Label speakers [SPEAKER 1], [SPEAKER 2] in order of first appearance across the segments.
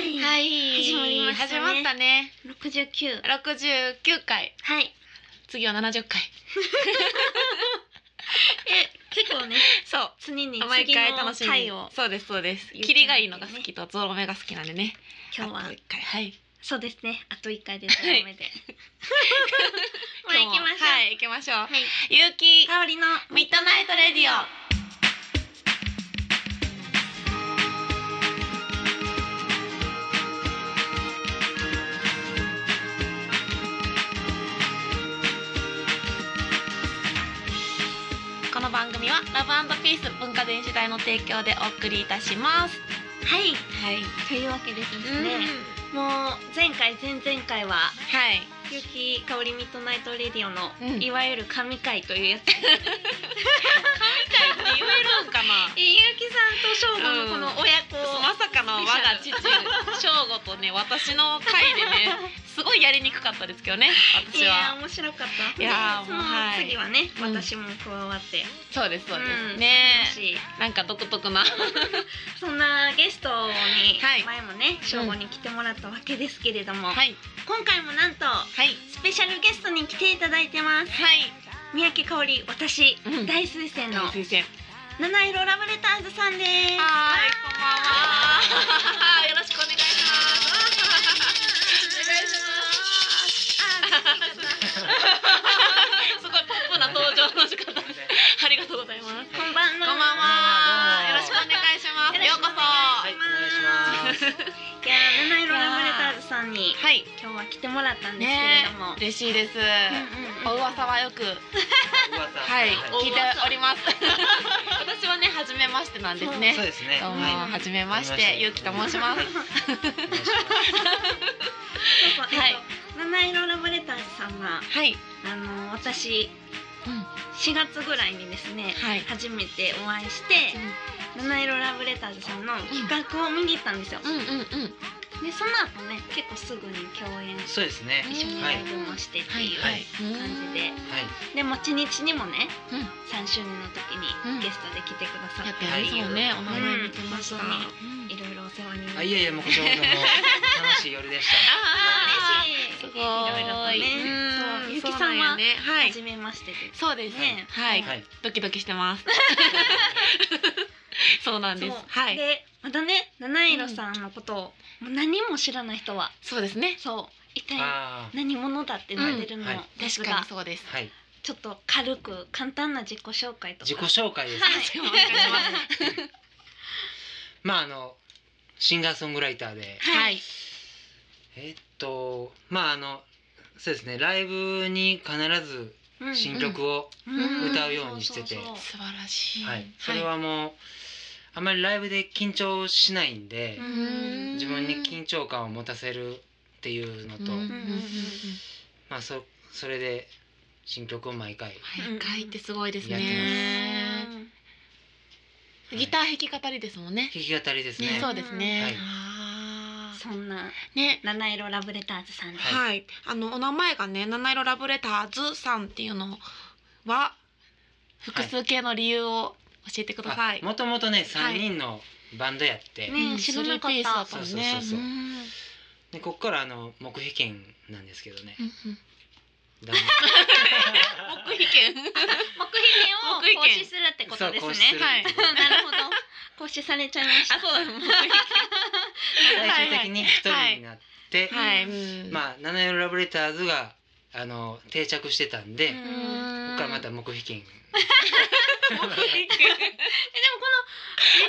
[SPEAKER 1] い、
[SPEAKER 2] はい、
[SPEAKER 1] 始まりましたね
[SPEAKER 2] 始まったね。
[SPEAKER 1] 六十九。
[SPEAKER 2] 六十九回、
[SPEAKER 1] はい。
[SPEAKER 2] 次は七十回。
[SPEAKER 1] え、結構ね、
[SPEAKER 2] そう。
[SPEAKER 1] 常に
[SPEAKER 2] 毎
[SPEAKER 1] 次
[SPEAKER 2] 回
[SPEAKER 1] の
[SPEAKER 2] 楽しみ
[SPEAKER 1] 回
[SPEAKER 2] に
[SPEAKER 1] を
[SPEAKER 2] そうですそうです
[SPEAKER 1] 言ってないんだよね
[SPEAKER 2] キリがいいのが好きとゾロ目が好きなんでね
[SPEAKER 1] 今日は
[SPEAKER 2] あと一回はい
[SPEAKER 1] そうですね。あと一回です。
[SPEAKER 2] はい
[SPEAKER 1] ダ メで。まあ行きましょう。
[SPEAKER 2] はい行きましょう
[SPEAKER 1] はい。
[SPEAKER 2] ゆうき
[SPEAKER 1] 香りの
[SPEAKER 2] ミッドナイトレディオこの番組はラブピース文化電子台の提供でお送りいたします
[SPEAKER 1] はい。
[SPEAKER 2] はい
[SPEAKER 1] というわけでです
[SPEAKER 2] ね
[SPEAKER 1] ね。もう前回前々回は
[SPEAKER 2] はい
[SPEAKER 1] ゆき香りミッドナイトレディオの、
[SPEAKER 2] うん
[SPEAKER 1] いわゆる神回と いうやつ。
[SPEAKER 2] って言えるんかな
[SPEAKER 1] えゆきさんと翔吾のこの親子。
[SPEAKER 2] まさかの我が 父翔吾とね私の回で ねすごいやりにくかったですけどね
[SPEAKER 1] い
[SPEAKER 2] 私
[SPEAKER 1] や
[SPEAKER 2] は
[SPEAKER 1] 面白かった。
[SPEAKER 2] いやー
[SPEAKER 1] でそ
[SPEAKER 2] も
[SPEAKER 1] の
[SPEAKER 2] うはい
[SPEAKER 1] 次はね、
[SPEAKER 2] うん
[SPEAKER 1] 私も加わって。
[SPEAKER 2] そうですそうです、
[SPEAKER 1] うん
[SPEAKER 2] ね
[SPEAKER 1] 楽しい
[SPEAKER 2] なんか独特な
[SPEAKER 1] そんなゲストに
[SPEAKER 2] はい
[SPEAKER 1] 前もね、正午に来てもらったわけですけれども、
[SPEAKER 2] はい
[SPEAKER 1] 今回もなんと
[SPEAKER 2] はい
[SPEAKER 1] スペシャルゲストに来ていただいてます
[SPEAKER 2] はい
[SPEAKER 1] 三宅香織私、
[SPEAKER 2] うん
[SPEAKER 1] 大推薦の
[SPEAKER 2] 大推薦
[SPEAKER 1] 七色ラブレターズさんです
[SPEAKER 2] はいこんばんはよろしくお願いします
[SPEAKER 1] お願いします
[SPEAKER 2] すごいポップな登場の仕方ですありがとうございます
[SPEAKER 1] こんばんは
[SPEAKER 2] こんばんは
[SPEAKER 3] どうも
[SPEAKER 2] よろしくお願いしますようこそ
[SPEAKER 3] はい
[SPEAKER 2] は
[SPEAKER 3] お願いし
[SPEAKER 1] いやー七色ラブレターズさんに
[SPEAKER 2] い
[SPEAKER 1] 今日は来てもらったんです
[SPEAKER 2] ね
[SPEAKER 1] けれども、
[SPEAKER 2] 嬉しいです、
[SPEAKER 1] うんうんうん
[SPEAKER 2] お噂はよく
[SPEAKER 3] 噂
[SPEAKER 2] はい、
[SPEAKER 1] お
[SPEAKER 2] 聞いております。私はね、初めましてなんです
[SPEAKER 3] そう
[SPEAKER 2] ね。
[SPEAKER 3] ですね。
[SPEAKER 2] どうも、
[SPEAKER 3] はい
[SPEAKER 2] 初めまし、
[SPEAKER 3] 初めましてて
[SPEAKER 2] ゆうきと申します。
[SPEAKER 3] お願いします
[SPEAKER 1] そうそう
[SPEAKER 2] はい
[SPEAKER 1] えっと七色ラブレターズさんは
[SPEAKER 2] はい、
[SPEAKER 1] あのー私
[SPEAKER 2] うん、
[SPEAKER 1] 4月ぐらいにですね、
[SPEAKER 2] はい
[SPEAKER 1] 初めてお会いして「七色ラブレターズ」さんの企画を見に行ったんですよ、
[SPEAKER 2] うん、うん、うん、
[SPEAKER 1] でその後ね結構すぐに共演
[SPEAKER 3] そうですね。
[SPEAKER 1] 一緒に
[SPEAKER 3] は
[SPEAKER 1] ラ
[SPEAKER 3] い
[SPEAKER 1] イブもしてって
[SPEAKER 2] はい、
[SPEAKER 1] いう
[SPEAKER 2] はい
[SPEAKER 1] 感、
[SPEAKER 2] う
[SPEAKER 1] じ
[SPEAKER 2] ん
[SPEAKER 1] で、
[SPEAKER 3] はい。
[SPEAKER 1] でもち日にもね
[SPEAKER 2] うん、
[SPEAKER 1] 3周年の時
[SPEAKER 2] うん
[SPEAKER 1] にゲストで来てくださ
[SPEAKER 2] や
[SPEAKER 1] っ
[SPEAKER 2] っててますもんね、お名前
[SPEAKER 1] うん
[SPEAKER 2] 見てました。
[SPEAKER 1] 本
[SPEAKER 2] うん
[SPEAKER 1] いろいろお世話になって
[SPEAKER 3] あいやいやもうこちらこそもう楽しい夜でし
[SPEAKER 2] あ
[SPEAKER 1] 嬉し
[SPEAKER 2] ー
[SPEAKER 1] い
[SPEAKER 2] すご
[SPEAKER 1] ろ
[SPEAKER 2] い
[SPEAKER 1] いろとね
[SPEAKER 2] うん
[SPEAKER 1] そうゆき
[SPEAKER 2] そ
[SPEAKER 1] さんは
[SPEAKER 2] うなんやねはい
[SPEAKER 1] 初めましてで
[SPEAKER 2] そうです
[SPEAKER 1] ね
[SPEAKER 2] はい
[SPEAKER 3] た。はい。
[SPEAKER 2] ドキドキして ますそうなんです
[SPEAKER 1] そう
[SPEAKER 2] はい
[SPEAKER 1] でまたね七色さんのことを、もう何も知らない人は
[SPEAKER 2] そうですね
[SPEAKER 1] そう一体
[SPEAKER 3] ああ
[SPEAKER 1] 何者だってなってるの
[SPEAKER 3] うんはい
[SPEAKER 1] です
[SPEAKER 2] 確
[SPEAKER 1] が、
[SPEAKER 2] かにそうです
[SPEAKER 3] はい。
[SPEAKER 1] ちょっと軽く簡単な自己紹介とか
[SPEAKER 3] 自己紹介です。
[SPEAKER 1] はい
[SPEAKER 2] お願いし
[SPEAKER 3] まああのシンガーソングライターで、
[SPEAKER 2] ます
[SPEAKER 1] は
[SPEAKER 2] はいい
[SPEAKER 3] えっとまああのそうですねライブに必ず
[SPEAKER 1] うん
[SPEAKER 3] 新曲を、
[SPEAKER 1] ん
[SPEAKER 3] 歌うようにしてて
[SPEAKER 1] そうそうそ
[SPEAKER 2] 素晴らしい
[SPEAKER 3] はい。それはもうあんまりライブで緊張しないんで
[SPEAKER 1] う、
[SPEAKER 2] う
[SPEAKER 1] うん
[SPEAKER 2] ん
[SPEAKER 3] 自分に緊張感を持たせるっていうのと。
[SPEAKER 2] うんうんうん
[SPEAKER 3] まあそそれで新曲を毎回
[SPEAKER 2] 毎回ってすごいです
[SPEAKER 3] やってます
[SPEAKER 2] ね。ギター弾き語りですもんね。
[SPEAKER 3] 弾き語りですね
[SPEAKER 2] ね、そうですね。
[SPEAKER 3] はい
[SPEAKER 2] あー
[SPEAKER 1] そんな
[SPEAKER 2] ね。
[SPEAKER 1] 七色ラブレターズさん です、
[SPEAKER 3] は
[SPEAKER 2] はい、あのお名前がね、七色ラブレターズさんっていうのは。複数形の理由を教えてください。
[SPEAKER 3] もともとね3人のバンドやって、
[SPEAKER 1] ね
[SPEAKER 2] うん
[SPEAKER 1] 知らなかった
[SPEAKER 2] スリーピースだったもんね。
[SPEAKER 3] そうそうそうそうんでこっからあの黙秘権なんですけどね
[SPEAKER 2] うんうん
[SPEAKER 3] だんだん
[SPEAKER 2] 黙秘権。
[SPEAKER 1] 目秘権を
[SPEAKER 2] 目
[SPEAKER 1] 行
[SPEAKER 2] 秘権
[SPEAKER 1] 使するってことです
[SPEAKER 3] そう
[SPEAKER 1] ね
[SPEAKER 3] 行使する
[SPEAKER 2] はい
[SPEAKER 3] ってい う
[SPEAKER 1] なるほど行使されちゃいました
[SPEAKER 2] あ、そうだ。黙秘
[SPEAKER 3] 最終的に一人になって、
[SPEAKER 2] 権。はい。うん
[SPEAKER 3] まあ「七色ラブレターズが」あの定着してたんで、
[SPEAKER 1] うんえでもこ
[SPEAKER 3] ここからまた黙秘権
[SPEAKER 2] 黙秘権。
[SPEAKER 1] のめっちゃいい名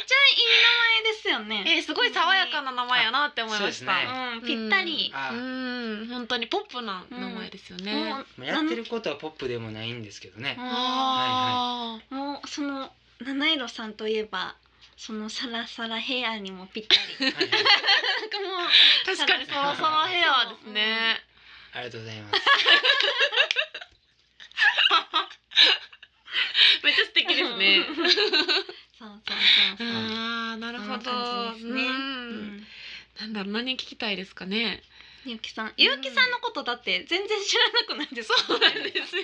[SPEAKER 1] 前ですよね
[SPEAKER 2] えーすごい爽やかな名前やなって思いま
[SPEAKER 3] そ
[SPEAKER 2] し
[SPEAKER 3] うです
[SPEAKER 2] た。
[SPEAKER 3] ね
[SPEAKER 1] うんぴったり、
[SPEAKER 3] あ
[SPEAKER 2] うん、本当にポップな名前ですよね。
[SPEAKER 1] もう
[SPEAKER 3] まあやってることはポップでもないんですけどね、
[SPEAKER 2] あ
[SPEAKER 1] うんもうその七色さんといえばそのサラサラヘアにもぴった り
[SPEAKER 3] はいはい
[SPEAKER 1] なんかもう
[SPEAKER 2] ー確かにそろそろヘアですね。
[SPEAKER 3] ありがとうございます
[SPEAKER 2] めっちゃ素敵ですね。
[SPEAKER 1] そうそうそうそう。
[SPEAKER 2] ああ、なるほ
[SPEAKER 1] そんな
[SPEAKER 2] ど。
[SPEAKER 1] 感じですね
[SPEAKER 2] うんなんだろう何聞きたいですかね。
[SPEAKER 1] ゆうきさんゆうきさんのことだって全然知らなくないですか
[SPEAKER 2] そうなんですよ。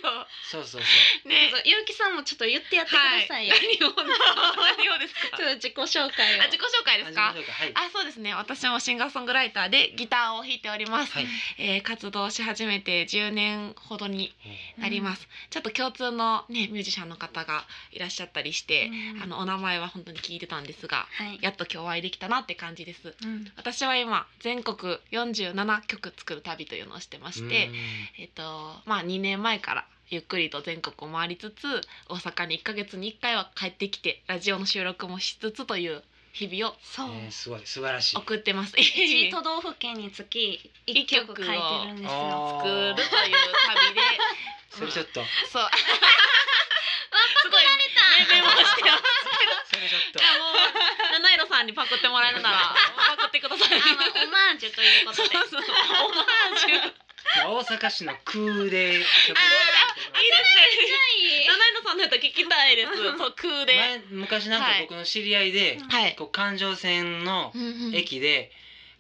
[SPEAKER 3] そうそうそう
[SPEAKER 2] ね。
[SPEAKER 1] ゆうきさんもちょっと言ってやってくださいよ、
[SPEAKER 2] 何を何をです か。
[SPEAKER 1] ちょっと自己紹介を
[SPEAKER 2] あ自己紹介ですか
[SPEAKER 3] 始めましょうかはい
[SPEAKER 2] あそうですね私もシンガーソングライターでギターを弾いております、
[SPEAKER 3] はい
[SPEAKER 2] えー活動し始めて10年ほどになります、ちょっと共通のねミュージシャンの方がいらっしゃったりして、あのお名前は本当に聞いてたんですが
[SPEAKER 1] はい
[SPEAKER 2] やっと今日お会いできたなって感じです
[SPEAKER 1] うん
[SPEAKER 2] 私は今全国47曲作る旅というのをしてまして、えっとまあ2年前からゆっくりと全国を回りつつ大阪に1ヶ月に1回は帰ってきてラジオの収録もしつつという日々を
[SPEAKER 1] そう
[SPEAKER 3] う、んえーすごい素晴らしい
[SPEAKER 2] 送ってます。
[SPEAKER 1] 一都道府県につき一曲書いてるんですよ
[SPEAKER 2] 作るという旅で、
[SPEAKER 3] それちょっと
[SPEAKER 2] そう。すごいメモしてますけど。
[SPEAKER 3] それちょっと
[SPEAKER 2] じゃあもう七色さんにパクってもらえるなら パクってください。
[SPEAKER 1] あ、まあ、オマージュということ
[SPEAKER 2] そう
[SPEAKER 1] で
[SPEAKER 2] そう。オマージュ。いいですね。
[SPEAKER 3] まあ大阪市の空で曲
[SPEAKER 1] じゃあいい
[SPEAKER 2] 七色さんのやつ聞きたいです。そう空で。
[SPEAKER 3] 前昔なんか
[SPEAKER 2] はい
[SPEAKER 3] 僕の知り合いで、
[SPEAKER 2] はい。
[SPEAKER 3] こう環状線の
[SPEAKER 2] 駅
[SPEAKER 3] 駅で、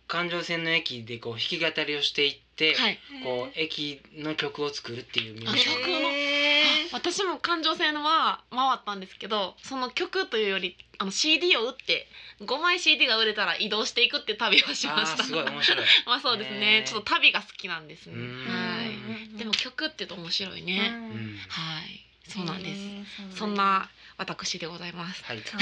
[SPEAKER 3] 環状線の駅でこう弾き語りをしていって、
[SPEAKER 2] はい。
[SPEAKER 3] こう駅の曲を作るっていうミュー
[SPEAKER 2] あ
[SPEAKER 3] ジシャン
[SPEAKER 2] 曲の
[SPEAKER 1] へー
[SPEAKER 2] 私も環状線は回ったんですけどその曲というよりあの CD を売って5枚 CD が売れたら移動していくって旅をしま
[SPEAKER 3] あ
[SPEAKER 2] し
[SPEAKER 3] ー
[SPEAKER 2] た
[SPEAKER 3] すごい面白い。
[SPEAKER 2] まあそうですね、
[SPEAKER 3] ね
[SPEAKER 2] ちょっと旅が好きなんですね
[SPEAKER 3] うーん
[SPEAKER 2] は
[SPEAKER 1] うん
[SPEAKER 2] いでも曲って言うと面白いね、
[SPEAKER 1] う
[SPEAKER 3] うんん
[SPEAKER 2] はいそうなんです、
[SPEAKER 1] へー
[SPEAKER 2] そんな私でございます
[SPEAKER 3] はい。
[SPEAKER 1] そう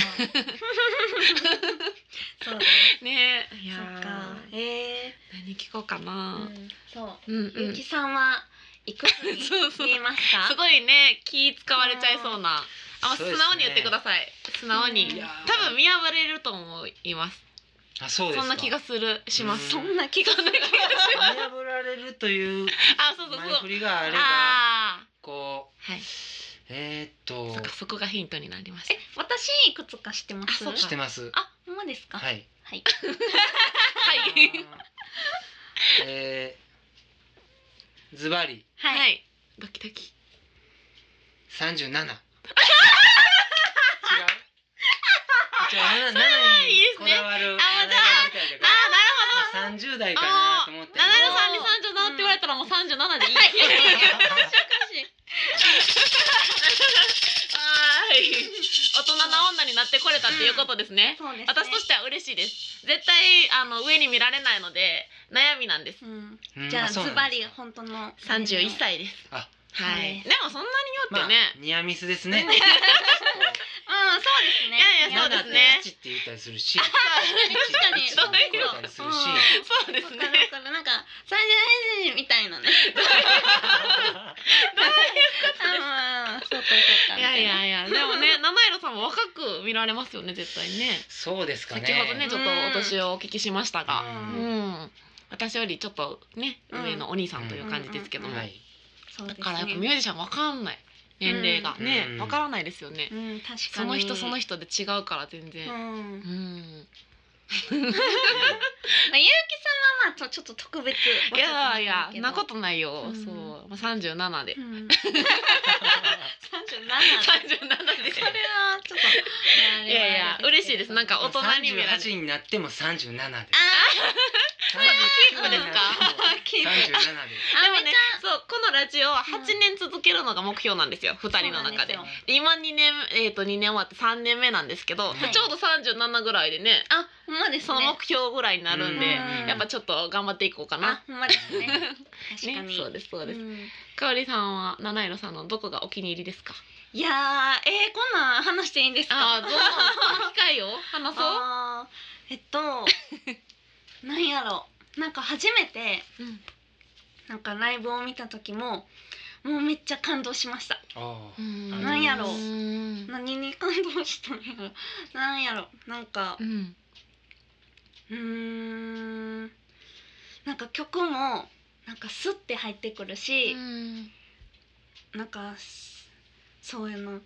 [SPEAKER 1] そうね
[SPEAKER 2] ねえい
[SPEAKER 1] そっ
[SPEAKER 2] やー
[SPEAKER 1] かえ
[SPEAKER 2] 何聞こうか
[SPEAKER 1] ーう
[SPEAKER 2] な、
[SPEAKER 1] んそう
[SPEAKER 2] うん、うん
[SPEAKER 1] ゆうきさんはいくつに
[SPEAKER 2] そうそう
[SPEAKER 1] 見えますか
[SPEAKER 2] すごいね気使われちゃいそうなあ
[SPEAKER 3] そ
[SPEAKER 2] 素
[SPEAKER 3] うですね
[SPEAKER 2] 直に言ってください素直に
[SPEAKER 1] うん
[SPEAKER 3] いやー
[SPEAKER 2] 多分見破れると思います
[SPEAKER 3] あそうですか。
[SPEAKER 2] そんな気がするしま
[SPEAKER 3] う
[SPEAKER 2] す。
[SPEAKER 3] ん
[SPEAKER 2] そ
[SPEAKER 1] そ
[SPEAKER 2] ん
[SPEAKER 1] んな気がする
[SPEAKER 3] 見破られるという
[SPEAKER 2] あ、そうそう
[SPEAKER 3] 前
[SPEAKER 2] そ
[SPEAKER 3] 振
[SPEAKER 2] う。
[SPEAKER 3] りがあれば
[SPEAKER 2] あ
[SPEAKER 3] こ
[SPEAKER 2] ー
[SPEAKER 3] う
[SPEAKER 2] はい。
[SPEAKER 3] えー、っと
[SPEAKER 2] そっかそこがヒントになりまし
[SPEAKER 1] え
[SPEAKER 2] た。
[SPEAKER 1] 私いくつか知ってま
[SPEAKER 2] あ
[SPEAKER 1] す
[SPEAKER 2] そうか
[SPEAKER 3] してます。
[SPEAKER 1] あほんまですか
[SPEAKER 3] はいい。
[SPEAKER 1] はい
[SPEAKER 2] はい。
[SPEAKER 3] えー、ズバリ
[SPEAKER 2] は
[SPEAKER 1] はい
[SPEAKER 2] い。ドキドキ。
[SPEAKER 3] 三十七。違う。じゃあ七
[SPEAKER 2] いい
[SPEAKER 3] に
[SPEAKER 2] です
[SPEAKER 3] こ
[SPEAKER 2] ね
[SPEAKER 3] だわる。
[SPEAKER 2] あじゃ
[SPEAKER 3] あ三十代
[SPEAKER 2] あ、なるほど。あ
[SPEAKER 3] かな
[SPEAKER 2] あ
[SPEAKER 3] と
[SPEAKER 2] ー、
[SPEAKER 3] 思って。
[SPEAKER 2] 七色さんに三十七って言われたらもう三十七でいい。はい。大人な女になってこれたっていうことですね。
[SPEAKER 1] そうですね
[SPEAKER 2] 私としては嬉しいです。絶対あの上に見られないので悩みなんです。
[SPEAKER 1] うん
[SPEAKER 3] うん
[SPEAKER 1] じゃ
[SPEAKER 3] ま
[SPEAKER 1] あ
[SPEAKER 3] そう
[SPEAKER 1] ズ
[SPEAKER 3] なん
[SPEAKER 1] バ
[SPEAKER 3] です
[SPEAKER 1] リ本当の
[SPEAKER 2] 三十一歳です。
[SPEAKER 3] あ
[SPEAKER 2] はい。
[SPEAKER 1] そう
[SPEAKER 2] でもそんなによ
[SPEAKER 3] ま
[SPEAKER 2] っ
[SPEAKER 3] あ
[SPEAKER 2] てね。
[SPEAKER 3] ニアミスで すね。
[SPEAKER 1] うんそうですね
[SPEAKER 2] いやいや
[SPEAKER 3] 七
[SPEAKER 2] そうで
[SPEAKER 3] って
[SPEAKER 2] すね
[SPEAKER 3] 一って言ったりするし、
[SPEAKER 1] 確かに
[SPEAKER 3] 一って言ったりするし。
[SPEAKER 2] そうです
[SPEAKER 1] わか
[SPEAKER 2] ね
[SPEAKER 1] る。わかるなんか三十年みたいなね。ああそうかそうか。
[SPEAKER 2] いやい
[SPEAKER 1] み
[SPEAKER 2] やいや、でもね、七色さんも若く見られますよね、絶対ね。
[SPEAKER 3] そうですかね。
[SPEAKER 2] 先ほどね、ちょっと
[SPEAKER 1] うん
[SPEAKER 2] お年をお聞きしましたが、
[SPEAKER 1] う
[SPEAKER 2] うんん、私よりちょっとね、上のお兄さんという感じですけども。
[SPEAKER 3] はい。
[SPEAKER 1] たいな。そうで
[SPEAKER 2] だ
[SPEAKER 1] すね
[SPEAKER 2] からやっぱミュージシャンわかんない、年齢が
[SPEAKER 3] うん
[SPEAKER 2] ね
[SPEAKER 3] う、ん
[SPEAKER 2] わからないですよね。
[SPEAKER 1] うん確かに。
[SPEAKER 2] その人その
[SPEAKER 1] 人。
[SPEAKER 2] 人で違うから、全
[SPEAKER 1] うん。
[SPEAKER 2] 然。う
[SPEAKER 1] ま
[SPEAKER 2] ん。
[SPEAKER 1] あゆうきさんはまあちょちょっと特別。
[SPEAKER 2] いやいや、
[SPEAKER 1] わかん
[SPEAKER 2] そん
[SPEAKER 1] な
[SPEAKER 2] ない
[SPEAKER 1] けどう
[SPEAKER 2] こ。とないよ、
[SPEAKER 1] ん
[SPEAKER 2] そう、まあ、三十七で
[SPEAKER 1] う。ん。三十
[SPEAKER 2] 三
[SPEAKER 1] 七。
[SPEAKER 2] 十七で
[SPEAKER 1] それ。はちょっと。
[SPEAKER 2] いやいや、嬉しいです、なん か大人に見られる。
[SPEAKER 3] 38になっても三十七です。
[SPEAKER 1] あ
[SPEAKER 3] 三十
[SPEAKER 2] ーキープですか
[SPEAKER 1] あキープ
[SPEAKER 3] 三十七で
[SPEAKER 2] でも
[SPEAKER 1] め
[SPEAKER 2] ね
[SPEAKER 1] っちゃ、
[SPEAKER 2] そうこのラジオは8年続けるのが目標なんですよ、二2人の中で
[SPEAKER 1] そうなんですよ
[SPEAKER 2] で今2年えっ、と2年終わって3年目なんですけど、
[SPEAKER 3] はい
[SPEAKER 2] ちょうど37ぐらいでね
[SPEAKER 1] あほんまです
[SPEAKER 2] その
[SPEAKER 1] ね。
[SPEAKER 2] 目標ぐらいになるんで、
[SPEAKER 1] うん
[SPEAKER 2] やっぱちょっと頑張っていこうか
[SPEAKER 1] あ
[SPEAKER 2] な、
[SPEAKER 1] ほんまですね。
[SPEAKER 2] ね
[SPEAKER 1] 確かに。
[SPEAKER 2] そうですそうです、
[SPEAKER 1] うん
[SPEAKER 2] かおりさんは七色さんのどこがお気に入りですか
[SPEAKER 1] いやーえーこんなん話していいんですか。
[SPEAKER 2] ああどうぞこの機会を 話そう、
[SPEAKER 1] あーえっ となんやろなんか初めて
[SPEAKER 2] うん
[SPEAKER 1] なんかライブを見た時ももうめっちゃ感動しました
[SPEAKER 3] あ
[SPEAKER 2] う
[SPEAKER 3] ー
[SPEAKER 2] ん
[SPEAKER 1] なんやろ
[SPEAKER 2] うん
[SPEAKER 1] 何に感動したんやろなんやろなんか
[SPEAKER 2] うん
[SPEAKER 1] うーんなんか曲もなんかスッて入ってくるし、なんかすそういうの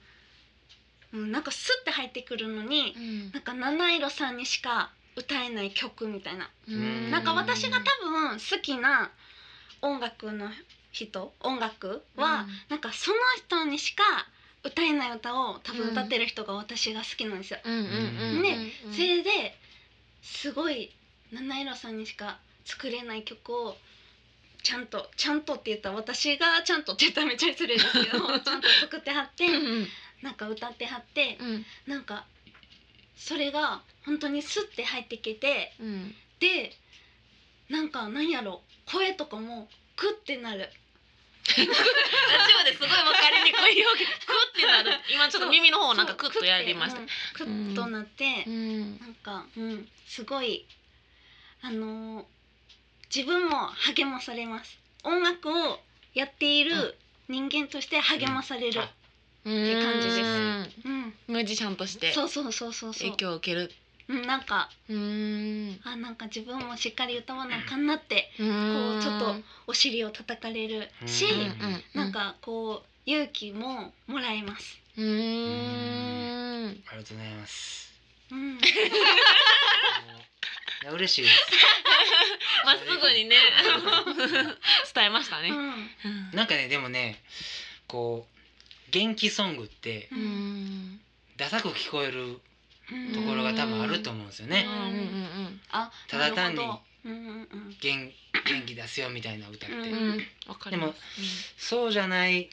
[SPEAKER 1] うんなんかスッて入ってくるのに
[SPEAKER 2] うん
[SPEAKER 1] なんか七色さんにしか歌えない曲みたいな
[SPEAKER 3] うん
[SPEAKER 1] なんか私が多分好きな音楽の人音楽は、
[SPEAKER 2] うん
[SPEAKER 1] なんかその人にしか歌えない歌を多分歌ってる人が私が好きなんですよ。
[SPEAKER 2] うんうんうんうん
[SPEAKER 1] ね
[SPEAKER 2] うん
[SPEAKER 1] それですごい七色さんにしか作れない曲をちゃんとちゃんとって言ったら私がちゃんとって言ったらめっちゃ失礼ですけ どちゃんと作ってはって
[SPEAKER 2] うん
[SPEAKER 1] なんか歌ってはって
[SPEAKER 2] うん
[SPEAKER 1] なんかそれが本当にスッて入ってきて
[SPEAKER 2] うん
[SPEAKER 1] でなんかなんやろ声とかもクッてなる
[SPEAKER 2] ラジオですごい分かりにくい表現クッてなる今ちょっと耳の方なんかクッとやりました
[SPEAKER 1] クッてうんクッとなって、
[SPEAKER 2] うん
[SPEAKER 1] なんか、うん、すごいあのー自分も励まされます音楽をやっている人間として励まされる、
[SPEAKER 2] って
[SPEAKER 1] 感じですうん
[SPEAKER 2] ミュージシャンとして
[SPEAKER 1] そうそうそうそうそう
[SPEAKER 2] 影、響を受ける
[SPEAKER 1] うん、なんか
[SPEAKER 2] うん
[SPEAKER 1] あなんか自分もしっかり歌わなあかんなって
[SPEAKER 2] こ
[SPEAKER 1] こうちょっとお尻を叩かれるし、
[SPEAKER 3] うん
[SPEAKER 1] なんかこう勇気ももらえます。
[SPEAKER 2] うん
[SPEAKER 3] ありがとうございます。
[SPEAKER 1] うん、
[SPEAKER 3] いや嬉しいです。
[SPEAKER 2] まっすぐにね伝えました
[SPEAKER 1] う
[SPEAKER 2] ね
[SPEAKER 1] ん、
[SPEAKER 3] なんかねでもねこう元気ソングって
[SPEAKER 1] う、
[SPEAKER 2] うんん
[SPEAKER 3] ダサく聞こえる
[SPEAKER 1] うん
[SPEAKER 3] ところが多分あると思うんですよね。
[SPEAKER 2] うんうん
[SPEAKER 1] あ、
[SPEAKER 3] ただ単に
[SPEAKER 1] なるほどうんうんうん、
[SPEAKER 3] 元元気出すよみたいな歌って、
[SPEAKER 1] う
[SPEAKER 2] うんんうんわかります
[SPEAKER 3] そうじゃない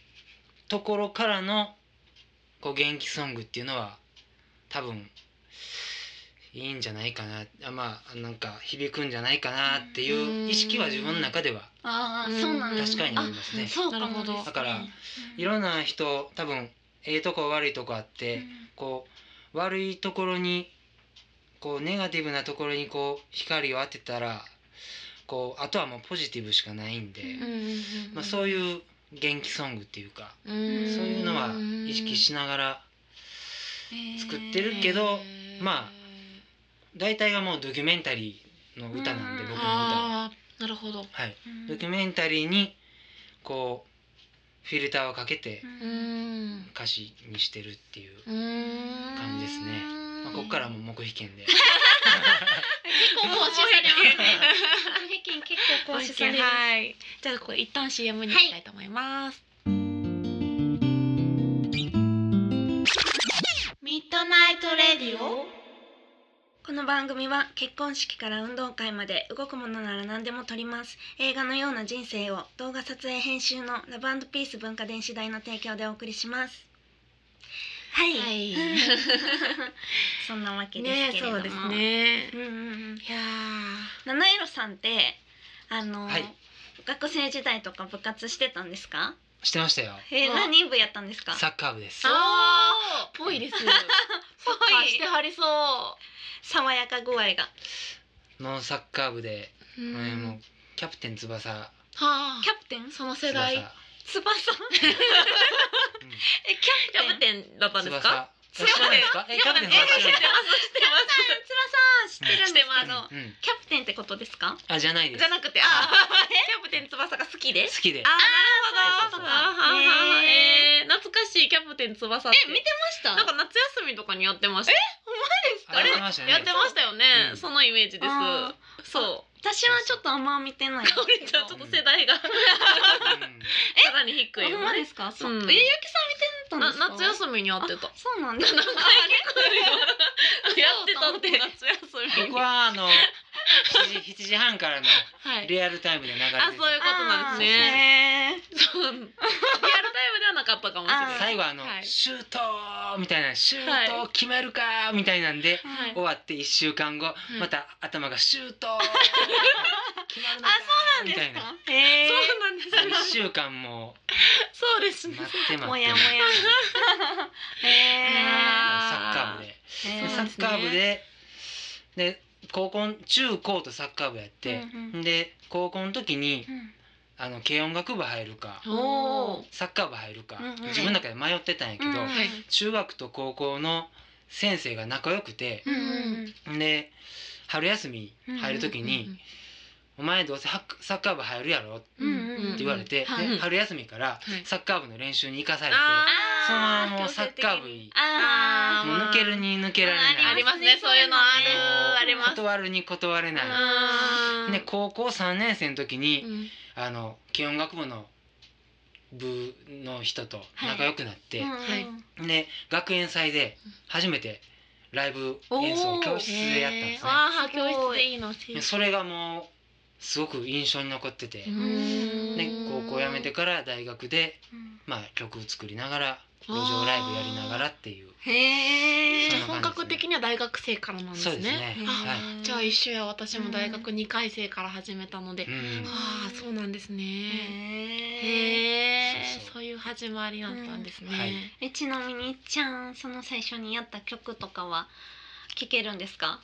[SPEAKER 3] ところからのこう元気ソングっていうのは多分いいんじゃないかなあまあなんか響くんじゃないかなっていう意識は自分の中では
[SPEAKER 1] ああ、そうなんだ
[SPEAKER 3] 確かにありますね。
[SPEAKER 1] そうかも
[SPEAKER 2] なるほど
[SPEAKER 1] ですね
[SPEAKER 3] だから
[SPEAKER 1] うん
[SPEAKER 3] いろんな人多分ええとこ悪いとこあって、こう悪いところにこうネガティブなところにこう光を当てたらこうあとはもうポジティブしかないんで、
[SPEAKER 1] うん
[SPEAKER 3] まあ、そう
[SPEAKER 2] い
[SPEAKER 3] いう元気ソングっていうか、
[SPEAKER 2] う
[SPEAKER 3] そういうのは意識しながら作ってるけどま大体がもうドキュメンタリーの歌なんで
[SPEAKER 1] うん
[SPEAKER 3] 僕の歌は。
[SPEAKER 2] ああなるほど
[SPEAKER 3] はい、
[SPEAKER 1] うん
[SPEAKER 3] ドキュメンタリーにこうフィルターをかけて
[SPEAKER 1] うん
[SPEAKER 2] うん
[SPEAKER 3] 歌詞にしてるっていう、
[SPEAKER 2] 感
[SPEAKER 3] じですねまあ、ここからも黙秘権で。
[SPEAKER 1] 結構
[SPEAKER 2] もう
[SPEAKER 1] 更新されます。愛媛県結構更新される。
[SPEAKER 2] はい。じゃあここ一旦 CM に行きたいと思います。
[SPEAKER 1] ミッドナイトレディオこの番組は結婚式から運動会まで動くものなら何でも撮ります映画のような人生を動画撮影編集のラブピース文化電子台の提供でお送りしますはい、
[SPEAKER 2] はい
[SPEAKER 1] そんなわけで
[SPEAKER 2] ね
[SPEAKER 1] すけれど
[SPEAKER 2] そ
[SPEAKER 1] も
[SPEAKER 2] うですね
[SPEAKER 1] う。んうんうん
[SPEAKER 2] いや
[SPEAKER 1] 七色さんってあの、
[SPEAKER 3] はい
[SPEAKER 1] 学生時代とか部活してたんですか
[SPEAKER 3] してましたよ。
[SPEAKER 1] えー、
[SPEAKER 2] あ
[SPEAKER 1] 何部やったんですか
[SPEAKER 3] サッカー部です。
[SPEAKER 2] あーぽ いです。ぽいしてはりそ
[SPEAKER 1] 爽やか具合が
[SPEAKER 3] のサッカー部で、
[SPEAKER 2] う。うん
[SPEAKER 3] えーもうキャプテン翼
[SPEAKER 2] はあ。
[SPEAKER 1] キャプテン
[SPEAKER 2] その世
[SPEAKER 3] 翼、
[SPEAKER 2] 代。
[SPEAKER 3] う
[SPEAKER 2] キ
[SPEAKER 3] ん
[SPEAKER 1] 翼えキャプテン
[SPEAKER 2] ャプテンだったんですか？
[SPEAKER 3] 翼知らないですか？えキャプテン
[SPEAKER 2] え知っ
[SPEAKER 3] 翼知らない
[SPEAKER 2] てます。知ってます。
[SPEAKER 1] 翼知ってるんですけ
[SPEAKER 2] うん知って
[SPEAKER 1] ど
[SPEAKER 2] ま
[SPEAKER 3] うんうん
[SPEAKER 1] キャプテンってことですか
[SPEAKER 3] あじゃないです。
[SPEAKER 2] じゃなくて、ああ、キャプテン翼が好きで
[SPEAKER 3] 好。きで。
[SPEAKER 2] あ
[SPEAKER 3] そういうことか
[SPEAKER 2] えー、懐かしいキャプテン翼って。
[SPEAKER 1] え見てました
[SPEAKER 2] なんか夏休みとかにやってました。
[SPEAKER 3] あやってましたね。
[SPEAKER 2] やってましたよね
[SPEAKER 3] う。ん
[SPEAKER 2] そのイメージで
[SPEAKER 1] あ
[SPEAKER 2] す。そう。
[SPEAKER 1] 私はちょっとあんま見てないんです
[SPEAKER 2] かおり
[SPEAKER 1] け
[SPEAKER 2] ちゃ
[SPEAKER 1] ど
[SPEAKER 2] んちょっと世代がさらに低い
[SPEAKER 1] あ
[SPEAKER 2] よ
[SPEAKER 1] ほんま
[SPEAKER 2] ね。
[SPEAKER 1] ですか、そううんえゆきさん見
[SPEAKER 2] な
[SPEAKER 1] てたんですか
[SPEAKER 2] 夏休みにやってた。
[SPEAKER 1] そうなんですか
[SPEAKER 2] やってたって夏休み
[SPEAKER 3] 僕。はあの7時7時半から の
[SPEAKER 2] はい。
[SPEAKER 3] リアルタイムで流れてて
[SPEAKER 2] あ、そういうことなんですね。
[SPEAKER 1] ね
[SPEAKER 2] そう。リアルタイムではなかったかもしれ
[SPEAKER 1] あー
[SPEAKER 2] ない。
[SPEAKER 3] 最後あの、
[SPEAKER 2] はい
[SPEAKER 3] シュートーみたいなシュートを決めるかーみたいなんで、
[SPEAKER 2] はい
[SPEAKER 3] 終わって1週間後、
[SPEAKER 2] い
[SPEAKER 3] また頭がシュートー決まるのかーみたいな
[SPEAKER 1] え
[SPEAKER 2] そうなんです
[SPEAKER 3] 1
[SPEAKER 2] よ。
[SPEAKER 3] 週間も
[SPEAKER 2] そうです
[SPEAKER 3] う
[SPEAKER 2] ね
[SPEAKER 3] 待。って待っ
[SPEAKER 1] ー、
[SPEAKER 3] て
[SPEAKER 1] も やもやえ
[SPEAKER 3] サッカー部で
[SPEAKER 1] ーえ
[SPEAKER 2] そう
[SPEAKER 3] サ
[SPEAKER 2] なん
[SPEAKER 3] ッカー部
[SPEAKER 2] です
[SPEAKER 3] でで高校中高とサッカー部やって、
[SPEAKER 1] うんう
[SPEAKER 3] で高校の時に
[SPEAKER 1] うん
[SPEAKER 3] あの軽音楽部入るか
[SPEAKER 2] おお。
[SPEAKER 3] サッカー部入るか、
[SPEAKER 1] うんうん
[SPEAKER 3] 自分の中で迷ってたんやけど、
[SPEAKER 1] うん
[SPEAKER 2] はい
[SPEAKER 3] 中学と高校の先生が仲良くて
[SPEAKER 1] うんうん
[SPEAKER 3] で春休み入る時に「
[SPEAKER 2] うん
[SPEAKER 3] お前どうせハックサッカー部入るやろ」って
[SPEAKER 1] うんうん
[SPEAKER 2] うん
[SPEAKER 3] 言われて、
[SPEAKER 1] はい
[SPEAKER 3] で春休みから
[SPEAKER 2] はい
[SPEAKER 3] サッカー部の練習に行かされて、
[SPEAKER 2] あ
[SPEAKER 3] そのままも
[SPEAKER 1] 強
[SPEAKER 3] う
[SPEAKER 1] 制
[SPEAKER 3] サッ
[SPEAKER 1] 的に
[SPEAKER 3] カー部に
[SPEAKER 1] あ
[SPEAKER 2] ー
[SPEAKER 3] もう抜けるに抜けられ
[SPEAKER 1] あー
[SPEAKER 2] あ
[SPEAKER 3] な
[SPEAKER 2] り
[SPEAKER 3] い
[SPEAKER 2] ますね。そういうのある。あります。
[SPEAKER 3] 断るに断れない。
[SPEAKER 2] うん
[SPEAKER 3] で高校3年生の時に、
[SPEAKER 2] うん
[SPEAKER 3] あの軽音楽部の部の人と仲良くなって、
[SPEAKER 1] あ
[SPEAKER 2] はい
[SPEAKER 3] で学園祭で初めてライブ演奏を教室でやったんですね
[SPEAKER 2] わあ、教室でいいの。
[SPEAKER 3] でそれがもうすごく印象に残ってて、
[SPEAKER 1] ん
[SPEAKER 3] ね、高校辞めてから大学で、
[SPEAKER 1] うん
[SPEAKER 3] まあ、曲を作りながら路上ライブやりながらっていう
[SPEAKER 1] へえ
[SPEAKER 2] じゃあ
[SPEAKER 3] そん
[SPEAKER 2] 本
[SPEAKER 3] な感じですね
[SPEAKER 2] 格的には大学生からなんです
[SPEAKER 3] そうです
[SPEAKER 2] ね。
[SPEAKER 3] ね
[SPEAKER 1] へー
[SPEAKER 3] はい
[SPEAKER 2] じゃあ一緒や私も大学2回生から始めたので、
[SPEAKER 3] う
[SPEAKER 2] は
[SPEAKER 3] ん
[SPEAKER 2] あそうなんですね。
[SPEAKER 1] へえ
[SPEAKER 2] へえ
[SPEAKER 3] そうそう
[SPEAKER 2] そういう始まりだったんですね。
[SPEAKER 3] うんはい
[SPEAKER 1] えちなみにいっちゃんその最初にやった曲とかは聴けるんですか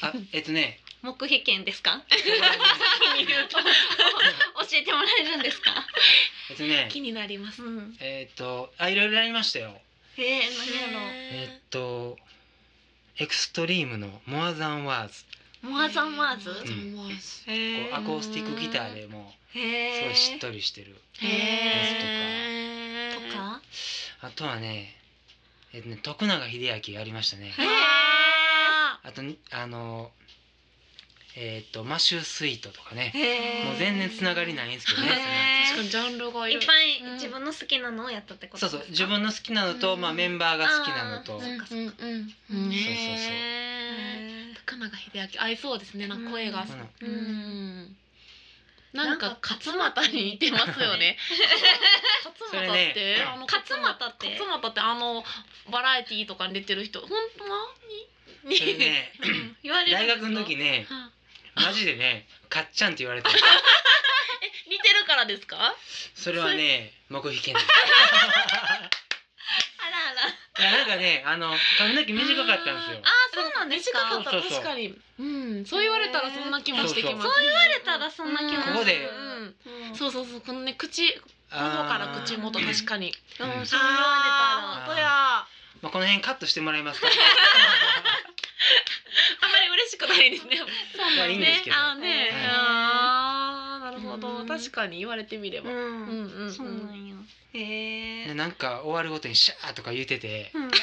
[SPEAKER 3] あえっとね
[SPEAKER 1] 黙秘権ですか
[SPEAKER 3] それはね
[SPEAKER 1] 教えてもらえるんですか
[SPEAKER 3] えっとね
[SPEAKER 2] 気になります。
[SPEAKER 1] うん
[SPEAKER 3] えっとあいろいろありましたよ
[SPEAKER 1] へえ何やろう
[SPEAKER 3] え
[SPEAKER 2] へ
[SPEAKER 3] っとエクストリームの「モアザンワーズ
[SPEAKER 2] ー
[SPEAKER 1] モアザンワーズ
[SPEAKER 2] モアザンワーズ」
[SPEAKER 3] こ
[SPEAKER 1] へ
[SPEAKER 3] うアコースティックギターでもうすご
[SPEAKER 1] へ
[SPEAKER 3] い
[SPEAKER 1] え
[SPEAKER 3] しっとりしてる
[SPEAKER 2] へー
[SPEAKER 1] とか
[SPEAKER 3] あとはねえっとね徳永英明やりましたね
[SPEAKER 1] へえ
[SPEAKER 3] あとあのえっとマシュースイートとかね
[SPEAKER 1] へえ
[SPEAKER 3] もう全然つながりないんですけどね
[SPEAKER 1] へー
[SPEAKER 3] それ
[SPEAKER 2] 確かにジャンルがい
[SPEAKER 1] い
[SPEAKER 2] る
[SPEAKER 1] っ。ぱい
[SPEAKER 2] うん
[SPEAKER 1] 自分の好きなのをやったってこと
[SPEAKER 3] そう
[SPEAKER 1] ですか
[SPEAKER 3] そう自分の好きなのと、
[SPEAKER 2] うん
[SPEAKER 3] まあ、メンバーが好きなのと、
[SPEAKER 1] あー
[SPEAKER 2] うんうんうん
[SPEAKER 1] う
[SPEAKER 2] うんん。
[SPEAKER 1] そうそうそう
[SPEAKER 2] へー
[SPEAKER 1] へ
[SPEAKER 2] 高永秀明合いそうですね。なんか声が
[SPEAKER 1] う。
[SPEAKER 3] う
[SPEAKER 2] うんん。なんか勝俣に似てますよね。勝俣って、
[SPEAKER 3] それね
[SPEAKER 2] あの
[SPEAKER 1] 勝俣って
[SPEAKER 2] 勝俣ってあのバラエティーとかに出てる人、本当に
[SPEAKER 3] んそれね
[SPEAKER 1] えうん言われる
[SPEAKER 3] 大
[SPEAKER 1] んですか
[SPEAKER 3] 学の時ね
[SPEAKER 2] は
[SPEAKER 3] マジでね「かっちゃん」って言われて
[SPEAKER 2] え似てるからですか？
[SPEAKER 3] それはね黙秘権です
[SPEAKER 1] あらあら
[SPEAKER 3] いやなんかねあの髪の毛短かったんですよ
[SPEAKER 1] あそうなんですか
[SPEAKER 2] 短
[SPEAKER 1] 言
[SPEAKER 2] かった
[SPEAKER 3] そうそうそう
[SPEAKER 2] 確かに。うん、そう言われたらそんな気もしてきます。
[SPEAKER 3] そう
[SPEAKER 1] そう
[SPEAKER 2] 言わ
[SPEAKER 1] われたらそんな気もする
[SPEAKER 3] ここで
[SPEAKER 2] うん。
[SPEAKER 1] うん
[SPEAKER 2] そうそうそうこのね口頬から口元確かに。
[SPEAKER 1] うんそう言われた
[SPEAKER 2] あー
[SPEAKER 1] ら
[SPEAKER 2] 本当や。
[SPEAKER 3] まあ、この辺カットしてもらえますか
[SPEAKER 2] あんまり嬉しくないですね。
[SPEAKER 1] そう
[SPEAKER 3] いやいいんですけど
[SPEAKER 2] あーね
[SPEAKER 1] う、ん
[SPEAKER 2] あーなるほ
[SPEAKER 1] う
[SPEAKER 2] ど
[SPEAKER 1] ん
[SPEAKER 2] 確かに言われてみれば。
[SPEAKER 1] う
[SPEAKER 2] う
[SPEAKER 1] ん
[SPEAKER 2] んうん、うん、
[SPEAKER 1] そうなんやへ
[SPEAKER 3] で
[SPEAKER 1] え
[SPEAKER 3] なんか終わるごとに「シャー」とか言うてて
[SPEAKER 1] うんなんか
[SPEAKER 3] 「かっ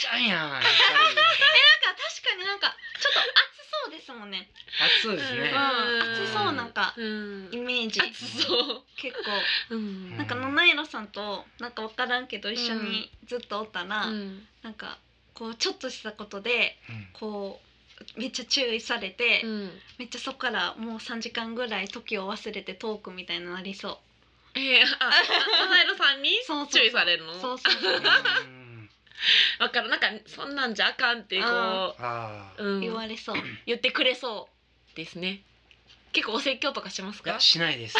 [SPEAKER 3] ちゃんやん」やっぱり
[SPEAKER 1] 確かになんかちょっと暑そうですもんね
[SPEAKER 3] 暑そうですね、
[SPEAKER 1] うん
[SPEAKER 2] ん
[SPEAKER 1] 暑そうなんか
[SPEAKER 2] うん
[SPEAKER 1] イメージ
[SPEAKER 2] 暑そう。
[SPEAKER 1] 結構
[SPEAKER 2] うん
[SPEAKER 1] なんか七色さんとなんか分からんけど一緒にずっとおったら、
[SPEAKER 2] うん
[SPEAKER 1] なんかこうちょっとしたことで
[SPEAKER 3] うん
[SPEAKER 1] こうめっちゃ注意されて、
[SPEAKER 2] うん
[SPEAKER 1] めっちゃそこからもう3時間ぐらい時を忘れてトークみたいなのありそう
[SPEAKER 2] えー、あ、七色さんに
[SPEAKER 1] そうそう
[SPEAKER 2] 注意されるの。
[SPEAKER 1] そうそうそう
[SPEAKER 3] うん
[SPEAKER 2] わかる、なんか、そんなんじゃあかんって、こ
[SPEAKER 3] あ
[SPEAKER 2] う、
[SPEAKER 3] ー
[SPEAKER 2] うん、
[SPEAKER 1] 言われそう
[SPEAKER 2] 言ってくれそうですね。結構お説教とかします
[SPEAKER 3] い
[SPEAKER 2] か
[SPEAKER 3] や。しないです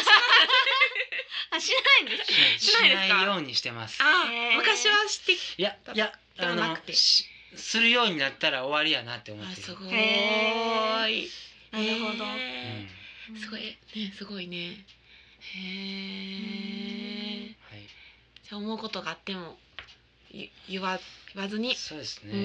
[SPEAKER 1] あしないんです
[SPEAKER 3] し
[SPEAKER 2] しない
[SPEAKER 3] し
[SPEAKER 2] ですか
[SPEAKER 3] ないようにしてます
[SPEAKER 2] あ
[SPEAKER 1] へー
[SPEAKER 2] 昔はしてき
[SPEAKER 3] いやいや
[SPEAKER 2] では
[SPEAKER 3] あ
[SPEAKER 2] な
[SPEAKER 3] の
[SPEAKER 2] くて
[SPEAKER 3] しするようになったら終わりやなって思っ
[SPEAKER 2] あ
[SPEAKER 3] て
[SPEAKER 2] す
[SPEAKER 3] る
[SPEAKER 2] ご
[SPEAKER 1] へ
[SPEAKER 2] ーい
[SPEAKER 1] なるほど、
[SPEAKER 2] へ
[SPEAKER 3] うん
[SPEAKER 2] ーすごいねすごいねへえ
[SPEAKER 3] はい
[SPEAKER 2] じゃあ思うことがあってもい言わ言わずに
[SPEAKER 3] そうです
[SPEAKER 2] う
[SPEAKER 3] ね、
[SPEAKER 2] んうん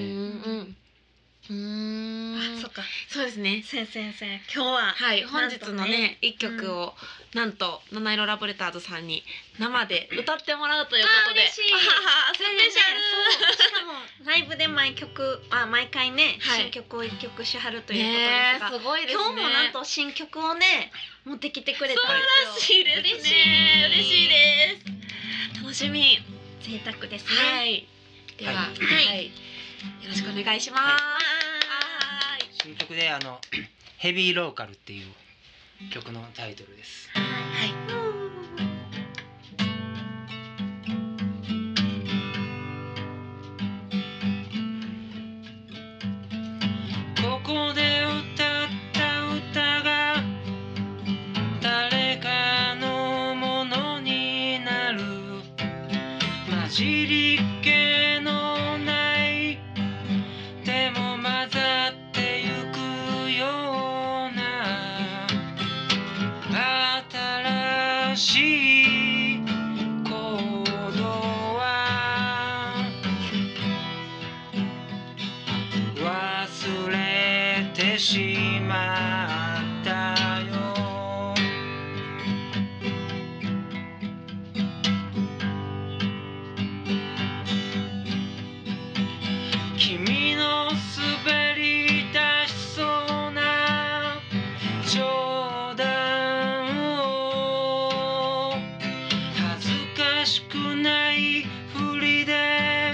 [SPEAKER 2] う
[SPEAKER 1] あ
[SPEAKER 2] ーん
[SPEAKER 1] そっか
[SPEAKER 2] そうですね
[SPEAKER 1] 先生先生今日は
[SPEAKER 2] はい
[SPEAKER 1] な
[SPEAKER 2] 本
[SPEAKER 1] んとね
[SPEAKER 2] 日のね一曲をなんと七色ラブレターズさんに生で歌ってもらうということで
[SPEAKER 1] あー嬉しい
[SPEAKER 2] あははス
[SPEAKER 1] そ
[SPEAKER 2] ペ
[SPEAKER 1] れでね
[SPEAKER 2] シャル
[SPEAKER 1] そうしかもライブで毎曲あ毎回ね、
[SPEAKER 2] はい
[SPEAKER 1] 新曲を一曲しはるということ
[SPEAKER 2] ね
[SPEAKER 1] ですが、
[SPEAKER 2] すごいですね
[SPEAKER 1] 今日もなんと新曲をね持ってきてくれたんで
[SPEAKER 2] 嬉
[SPEAKER 1] す
[SPEAKER 2] しいで
[SPEAKER 1] 嬉
[SPEAKER 2] すね
[SPEAKER 1] しい
[SPEAKER 2] 嬉しいです楽しみ
[SPEAKER 1] よ贅沢ですね
[SPEAKER 2] はい。では、は、
[SPEAKER 3] はい
[SPEAKER 1] い
[SPEAKER 2] よろしくお願いします。
[SPEAKER 1] は
[SPEAKER 3] 新曲であの 「ヘビーローカル」っていう曲のタイトルです。
[SPEAKER 2] はい。
[SPEAKER 3] ここで歌った歌が誰かのものになる混じりっ気のないでも混ざってゆくような新しい行動は忘れてしまったよ君の滑り出しそうな冗談を恥ずかしくないふりで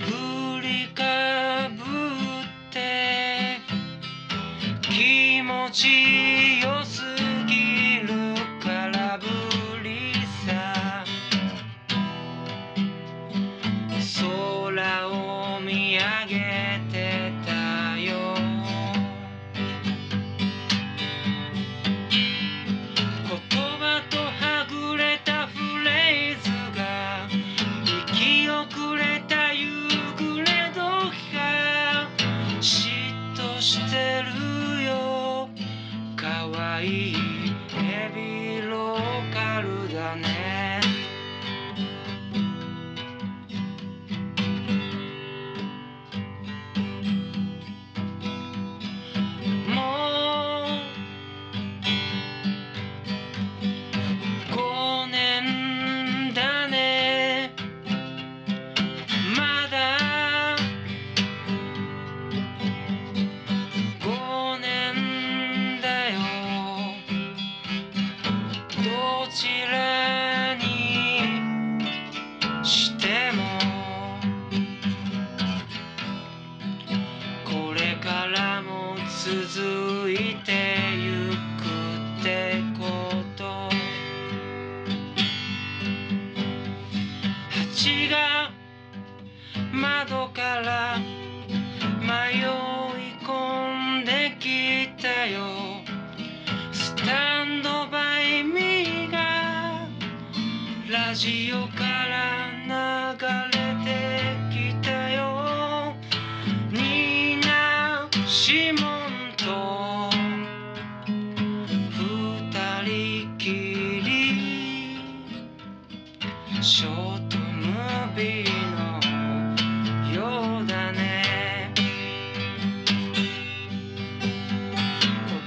[SPEAKER 3] 振りかぶって遅れた夕暮れ時が嫉妬してるよ可愛いヘビロカルだねもう5年だねまだ5年だよどちらにしてもこれからも続いてゆくってこと蜂が窓から迷い込んできたよスタンドバイミーがラジオから流れてきたよニーナ・シモンと二人きりショートムービーのようだね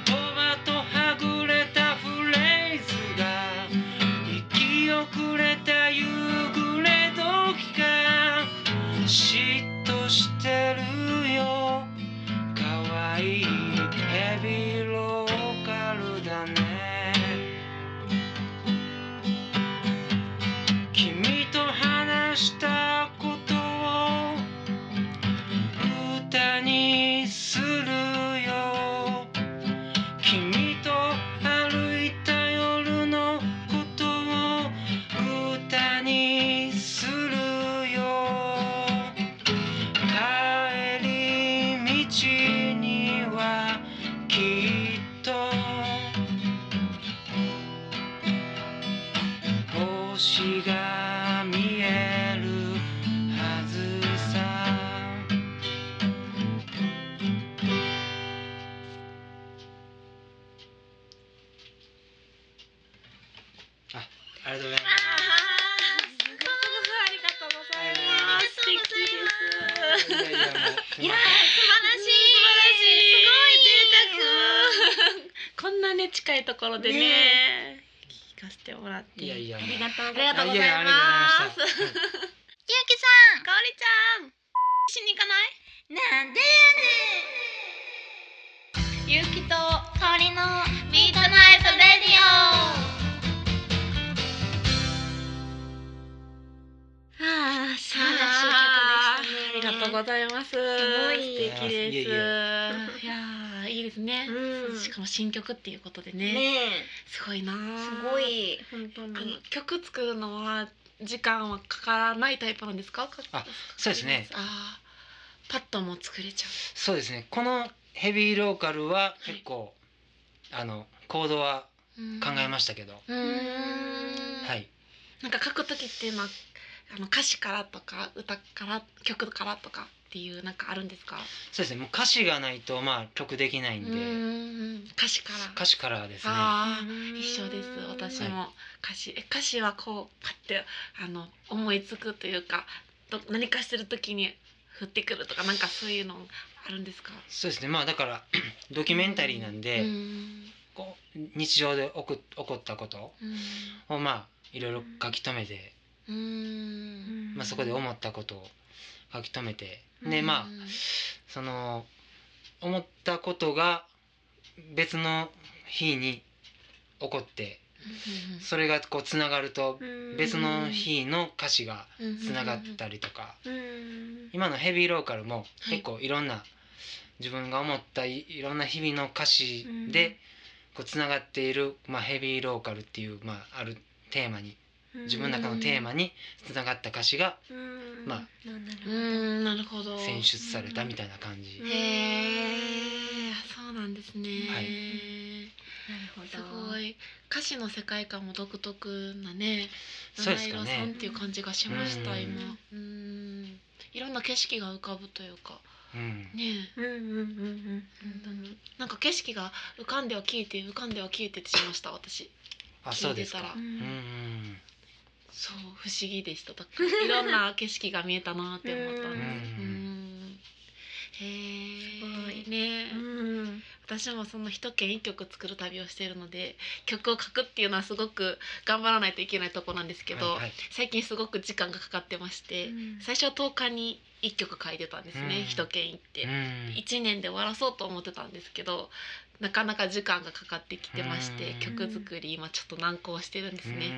[SPEAKER 3] 言葉とはぐれたフレーズが生き遅れた夕暮れ時が嫉妬してるよ可愛いヘビロカルだね君と話したことを歌にするよ君と歩いた夜のことを歌にするよ帰り道にはきっと星が見えるはずさ
[SPEAKER 1] あーすごいすごいありが
[SPEAKER 3] あありがとうございます
[SPEAKER 1] とうございます素敵です
[SPEAKER 3] い
[SPEAKER 1] いや
[SPEAKER 3] やいやもう
[SPEAKER 1] ー素晴らしいすごい
[SPEAKER 2] 素
[SPEAKER 1] 贅沢
[SPEAKER 2] こんなね近いところでね
[SPEAKER 1] ね
[SPEAKER 2] 聞かせてもらって
[SPEAKER 3] いやいや
[SPEAKER 2] ありがとう
[SPEAKER 1] ありがとうございます
[SPEAKER 3] いやいやありがとうございました
[SPEAKER 1] ゆうきさんかおりちゃんしに行かないなんでやねんゆうきとかおりのミートナイトレディオああ素晴らしい曲でしたね
[SPEAKER 2] あーありがとうございます。す
[SPEAKER 1] ごい
[SPEAKER 2] 素敵です。
[SPEAKER 3] い
[SPEAKER 2] い
[SPEAKER 3] や
[SPEAKER 2] やーいいですね。
[SPEAKER 1] うん
[SPEAKER 2] しかも新曲っていうことでね。
[SPEAKER 1] ね
[SPEAKER 2] すごいな
[SPEAKER 1] え
[SPEAKER 2] ー。
[SPEAKER 1] すごい本当
[SPEAKER 2] あの
[SPEAKER 1] に
[SPEAKER 2] 曲作るのは時間はかからないタイプなんですか？か
[SPEAKER 3] あそうですね
[SPEAKER 2] あーパッともう作れちゃ
[SPEAKER 3] そうですねこのヘビーローカルは結構、あのコードは
[SPEAKER 2] う。うん
[SPEAKER 3] 考えましたけど、
[SPEAKER 2] うーん。
[SPEAKER 3] は。い
[SPEAKER 2] なんか書く時っていうのはあの歌詞からとか歌から曲からとかっていうなんかあるんですか？
[SPEAKER 3] そうですねもう歌詞がないとまあ曲できないん
[SPEAKER 2] う
[SPEAKER 3] で、
[SPEAKER 2] ーん歌詞から。
[SPEAKER 3] 歌詞からですね
[SPEAKER 2] ああ。
[SPEAKER 1] 一
[SPEAKER 2] 一緒です私
[SPEAKER 3] はい
[SPEAKER 2] も歌詞、え歌詞はこうパッてあの思いつくというかど何かしてる時に降ってくるとかなんかそういうのあるんですか
[SPEAKER 3] そうですねまあだからドキュメンタリーなんで、
[SPEAKER 2] うん
[SPEAKER 3] こう日常で起こ起こったこと
[SPEAKER 2] うん
[SPEAKER 3] をまあいろいろ書き留めて、
[SPEAKER 2] うん
[SPEAKER 3] まあ、そこで思ったことを書き留めて、で
[SPEAKER 2] うん
[SPEAKER 3] まあその思ったことが別の日に起こってそれがこうつながると別の日の歌詞が
[SPEAKER 2] うん
[SPEAKER 3] つながったりとか
[SPEAKER 1] うん
[SPEAKER 3] 今のヘビーローカルも
[SPEAKER 2] はい
[SPEAKER 3] 結構いろんな自分が思ったいいろんな日々の歌詞
[SPEAKER 1] うん
[SPEAKER 3] でこうつながっている、まあ、ヘビーローカルっていう、まあ、あるテーマに自分の中のテーマにつながった歌詞が
[SPEAKER 1] うん
[SPEAKER 3] ま
[SPEAKER 1] なんだ
[SPEAKER 2] う
[SPEAKER 1] ろうん
[SPEAKER 2] なるほど
[SPEAKER 3] 選出されたみたいな感じ
[SPEAKER 1] う
[SPEAKER 2] へえそうなんですね、
[SPEAKER 3] はい
[SPEAKER 1] なるほど
[SPEAKER 2] すごい歌詞の世界観も独特なね
[SPEAKER 3] そうですか
[SPEAKER 2] 七色さんっ
[SPEAKER 3] ね
[SPEAKER 2] ていう感じがしました、
[SPEAKER 3] うん
[SPEAKER 2] 今うんいろんな景色が浮かぶというか
[SPEAKER 3] うん
[SPEAKER 2] ねえ
[SPEAKER 1] うんうんうんうん本当に
[SPEAKER 2] なんか景色が浮かんでは消えて浮かんでは消えてってしました私
[SPEAKER 3] あ
[SPEAKER 2] 聞
[SPEAKER 3] そ
[SPEAKER 2] いう
[SPEAKER 3] で
[SPEAKER 2] て
[SPEAKER 3] す
[SPEAKER 2] た
[SPEAKER 3] から
[SPEAKER 1] う
[SPEAKER 3] うんうん
[SPEAKER 1] ん
[SPEAKER 2] そう不思議でしただからい ろんな景色が見えたなって思ったんです
[SPEAKER 3] うん
[SPEAKER 2] うんへ
[SPEAKER 1] す
[SPEAKER 2] え
[SPEAKER 1] ごい
[SPEAKER 2] ねえ
[SPEAKER 1] うん
[SPEAKER 2] 私もその一軒一曲作る旅をしているので曲を書くっていうのはすごく頑張らないといけないとこなんですけど、
[SPEAKER 3] はいはい
[SPEAKER 2] 最近すごく時間がかかってまして、最初は10日に1曲書いてたんです
[SPEAKER 3] う
[SPEAKER 2] ね
[SPEAKER 3] ん
[SPEAKER 2] 一軒行って、
[SPEAKER 3] うん
[SPEAKER 2] 1年で終わらそうと思ってたんですけどなかなか時間がかかってきてまして、
[SPEAKER 3] うん
[SPEAKER 2] 曲作り今ちょっと難航してるんですね、
[SPEAKER 1] う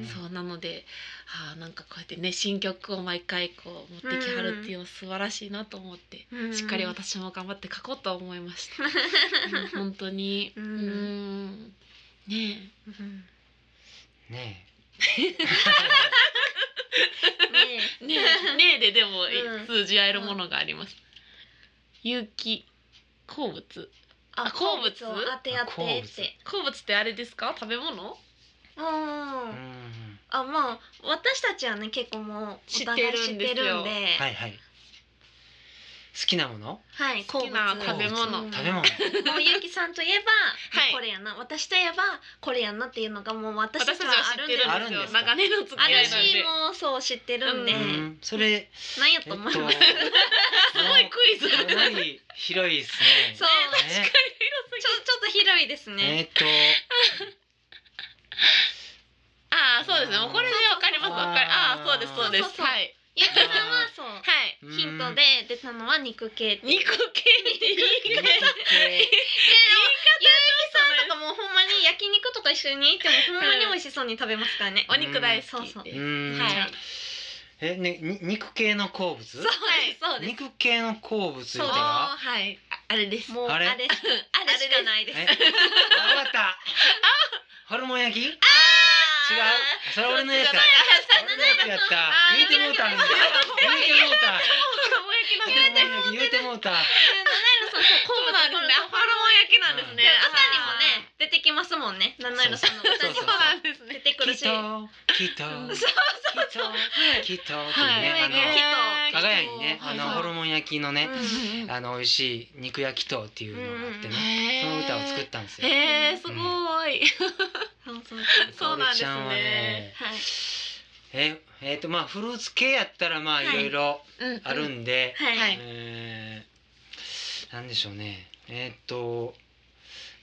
[SPEAKER 1] ん
[SPEAKER 2] そうなので、あーなんかこうやってね新曲を毎回こう持ってきはるっていうのは素晴らしいなと思って、
[SPEAKER 1] うん
[SPEAKER 2] しっかり私も頑張って書こうと思いました。うん本当に。
[SPEAKER 1] う
[SPEAKER 2] うん ーん。ね
[SPEAKER 1] うん
[SPEAKER 3] ね
[SPEAKER 1] ね
[SPEAKER 2] え。ねえ。ねえででも
[SPEAKER 1] うん
[SPEAKER 2] 通じ合えるものがあります。有機鉱物。
[SPEAKER 1] あ
[SPEAKER 2] あ好物
[SPEAKER 1] を当て当てって
[SPEAKER 2] 鉱物ってあれですか？食べ物？
[SPEAKER 1] うん
[SPEAKER 3] えうん
[SPEAKER 1] あまあ私たちはね結構もうお互い知ってるんで
[SPEAKER 2] 知ってるんで
[SPEAKER 3] は
[SPEAKER 1] はい
[SPEAKER 3] はい好きなもの
[SPEAKER 1] い好
[SPEAKER 2] 好
[SPEAKER 1] 物
[SPEAKER 2] きな食べ物
[SPEAKER 1] うん
[SPEAKER 3] 食べ物
[SPEAKER 1] もうゆきさんといえば、
[SPEAKER 2] はい
[SPEAKER 1] これやな私といえばこれやなっていうのがもう私た
[SPEAKER 2] 私
[SPEAKER 1] ち
[SPEAKER 2] たち
[SPEAKER 1] は
[SPEAKER 2] は
[SPEAKER 1] あ
[SPEAKER 2] 知
[SPEAKER 1] るん
[SPEAKER 2] って
[SPEAKER 1] ですよ
[SPEAKER 3] あ
[SPEAKER 2] る
[SPEAKER 3] るん
[SPEAKER 2] ん
[SPEAKER 3] で
[SPEAKER 2] ですす
[SPEAKER 3] か
[SPEAKER 2] よ。長年の付き
[SPEAKER 1] あ
[SPEAKER 2] 合
[SPEAKER 1] る
[SPEAKER 2] いなん
[SPEAKER 1] し
[SPEAKER 2] で。
[SPEAKER 1] もうそう知ってるんで、
[SPEAKER 2] う
[SPEAKER 3] うんそれ
[SPEAKER 1] なんやと
[SPEAKER 3] えっと
[SPEAKER 1] 思う、
[SPEAKER 2] す
[SPEAKER 3] す
[SPEAKER 2] ごいクイズ。
[SPEAKER 3] か
[SPEAKER 2] 広
[SPEAKER 3] なり広いですね
[SPEAKER 1] そう
[SPEAKER 3] 確かに
[SPEAKER 2] す
[SPEAKER 1] ち
[SPEAKER 2] ぎ
[SPEAKER 1] ょちょっと広いです
[SPEAKER 3] え
[SPEAKER 1] ね、
[SPEAKER 3] ーっと
[SPEAKER 2] ああそうですね。もうこれでわかりますわかり。ああーそうですそうで
[SPEAKER 1] そうそう
[SPEAKER 2] す。
[SPEAKER 1] そう
[SPEAKER 2] はい
[SPEAKER 1] ゆきさんはそう
[SPEAKER 2] はい。
[SPEAKER 3] うん
[SPEAKER 1] ヒントで出たのは肉系っていう
[SPEAKER 2] 肉系っていい
[SPEAKER 3] 肉
[SPEAKER 2] ね。
[SPEAKER 3] 系
[SPEAKER 1] ゆきさんとかもうほんまに焼肉とか一緒に行ってもほんまに美味しそうに食べますからね、
[SPEAKER 2] お肉大
[SPEAKER 1] そ
[SPEAKER 2] 好
[SPEAKER 1] う
[SPEAKER 2] き
[SPEAKER 1] そう
[SPEAKER 2] で
[SPEAKER 3] う
[SPEAKER 2] す。
[SPEAKER 3] ん
[SPEAKER 2] はい。
[SPEAKER 3] えねに肉系の好物
[SPEAKER 1] そうですそうです
[SPEAKER 3] 肉系の好物
[SPEAKER 2] そう
[SPEAKER 3] では
[SPEAKER 2] はい。ああれです。
[SPEAKER 1] もうあ
[SPEAKER 3] あ
[SPEAKER 1] れ
[SPEAKER 3] れ
[SPEAKER 1] あれしかないです
[SPEAKER 3] え、 あわかった。ホルモン焼き？違う。それ俺のやつだ。俺のやつやった。言うてもうた。言うてもうた。
[SPEAKER 2] 卵焼きなんですね。
[SPEAKER 3] ホル
[SPEAKER 1] そうそう
[SPEAKER 2] そ
[SPEAKER 3] モン焼き言うてもうた。
[SPEAKER 2] うなんですね。ホルモン焼きなんです
[SPEAKER 1] で
[SPEAKER 2] ね。
[SPEAKER 1] 歌にもね出てきますもんね七色さんの歌
[SPEAKER 2] あー。
[SPEAKER 1] に
[SPEAKER 2] そう
[SPEAKER 1] も
[SPEAKER 2] なんですね
[SPEAKER 1] 出。てく
[SPEAKER 3] き
[SPEAKER 1] る
[SPEAKER 3] っ
[SPEAKER 1] し
[SPEAKER 3] ときっと
[SPEAKER 2] うん
[SPEAKER 3] きっときっとって
[SPEAKER 2] はい
[SPEAKER 3] いうね。あの
[SPEAKER 2] きっと
[SPEAKER 3] 加賀屋にね、あ
[SPEAKER 2] はい
[SPEAKER 3] のホルモン焼きのね
[SPEAKER 1] う、
[SPEAKER 2] うんうん
[SPEAKER 3] あの美味しい肉焼きとっていうのがあってね、
[SPEAKER 2] へ
[SPEAKER 3] そ
[SPEAKER 2] ー
[SPEAKER 3] の歌を作ったんですよ。
[SPEAKER 2] へえすごい。
[SPEAKER 1] そうそう
[SPEAKER 2] そうなんですね
[SPEAKER 3] かおりちゃは
[SPEAKER 1] はい
[SPEAKER 3] ええーとまあフルーツ系やったらまあいろいろ
[SPEAKER 2] うん
[SPEAKER 3] あるんで、
[SPEAKER 1] はい
[SPEAKER 3] えー、なんでしょうねえー、っと、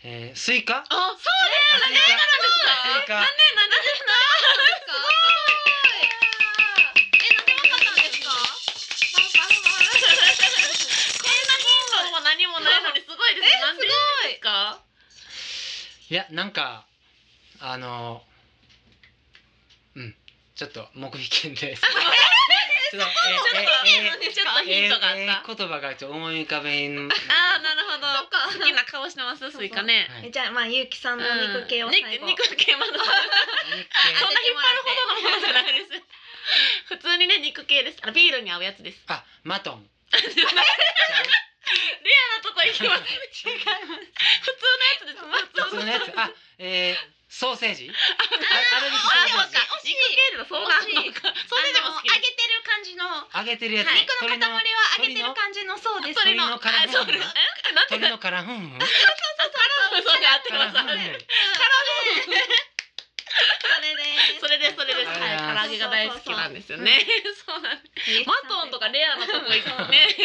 [SPEAKER 3] えー、スイカあ
[SPEAKER 2] あそう
[SPEAKER 3] スイカスイ
[SPEAKER 1] なんで
[SPEAKER 3] カ
[SPEAKER 1] なんですかえなんでわかったんですか
[SPEAKER 2] そうも何もないのにすごいですね。なんでですか？
[SPEAKER 3] いやなんかあのうんちょっと黙秘権ですちょっと
[SPEAKER 2] ちょっ
[SPEAKER 3] え
[SPEAKER 2] とちょっと
[SPEAKER 3] ーえー
[SPEAKER 2] ヒントがあ
[SPEAKER 3] えーえ
[SPEAKER 2] った。
[SPEAKER 3] ー言葉がちょっと思い浮かべん
[SPEAKER 2] ああなるほど。
[SPEAKER 1] そっか
[SPEAKER 2] 好きな顔してますスイカね。
[SPEAKER 3] は
[SPEAKER 1] え
[SPEAKER 3] い
[SPEAKER 1] じゃあまあゆうきさんの肉系を
[SPEAKER 2] ね
[SPEAKER 1] 最後
[SPEAKER 2] 肉系まだ。そんな引っ張るほどのものじゃないです。 普通にね肉系です。あのビールに合うやつです。
[SPEAKER 3] あマトン
[SPEAKER 2] レアなとこ行きます。違います。普通のやつです。
[SPEAKER 3] 普通のやつあえー、ソーセージああれで
[SPEAKER 2] あ
[SPEAKER 3] ソ
[SPEAKER 2] そう
[SPEAKER 3] ーセ
[SPEAKER 2] か。
[SPEAKER 3] ージ
[SPEAKER 2] 肉系でもそうなんのか。それでも好き
[SPEAKER 1] あの揚
[SPEAKER 2] で
[SPEAKER 1] げてる感じの
[SPEAKER 3] 揚げてるやつ、
[SPEAKER 1] 肉の塊は揚げてる感じのそうです
[SPEAKER 2] す。
[SPEAKER 3] 鶏の
[SPEAKER 2] あそう
[SPEAKER 3] 鶏
[SPEAKER 2] え
[SPEAKER 3] の
[SPEAKER 2] なんて
[SPEAKER 3] 鶏の殻ふんふん
[SPEAKER 2] そうそう合って
[SPEAKER 3] 殻
[SPEAKER 2] ま
[SPEAKER 3] ふんふん
[SPEAKER 2] す。
[SPEAKER 1] それです
[SPEAKER 2] それですそれです。
[SPEAKER 3] あ
[SPEAKER 2] はい。唐揚げが大好きなんですよね。そうなんです。マトンとかレアなとこ行くね。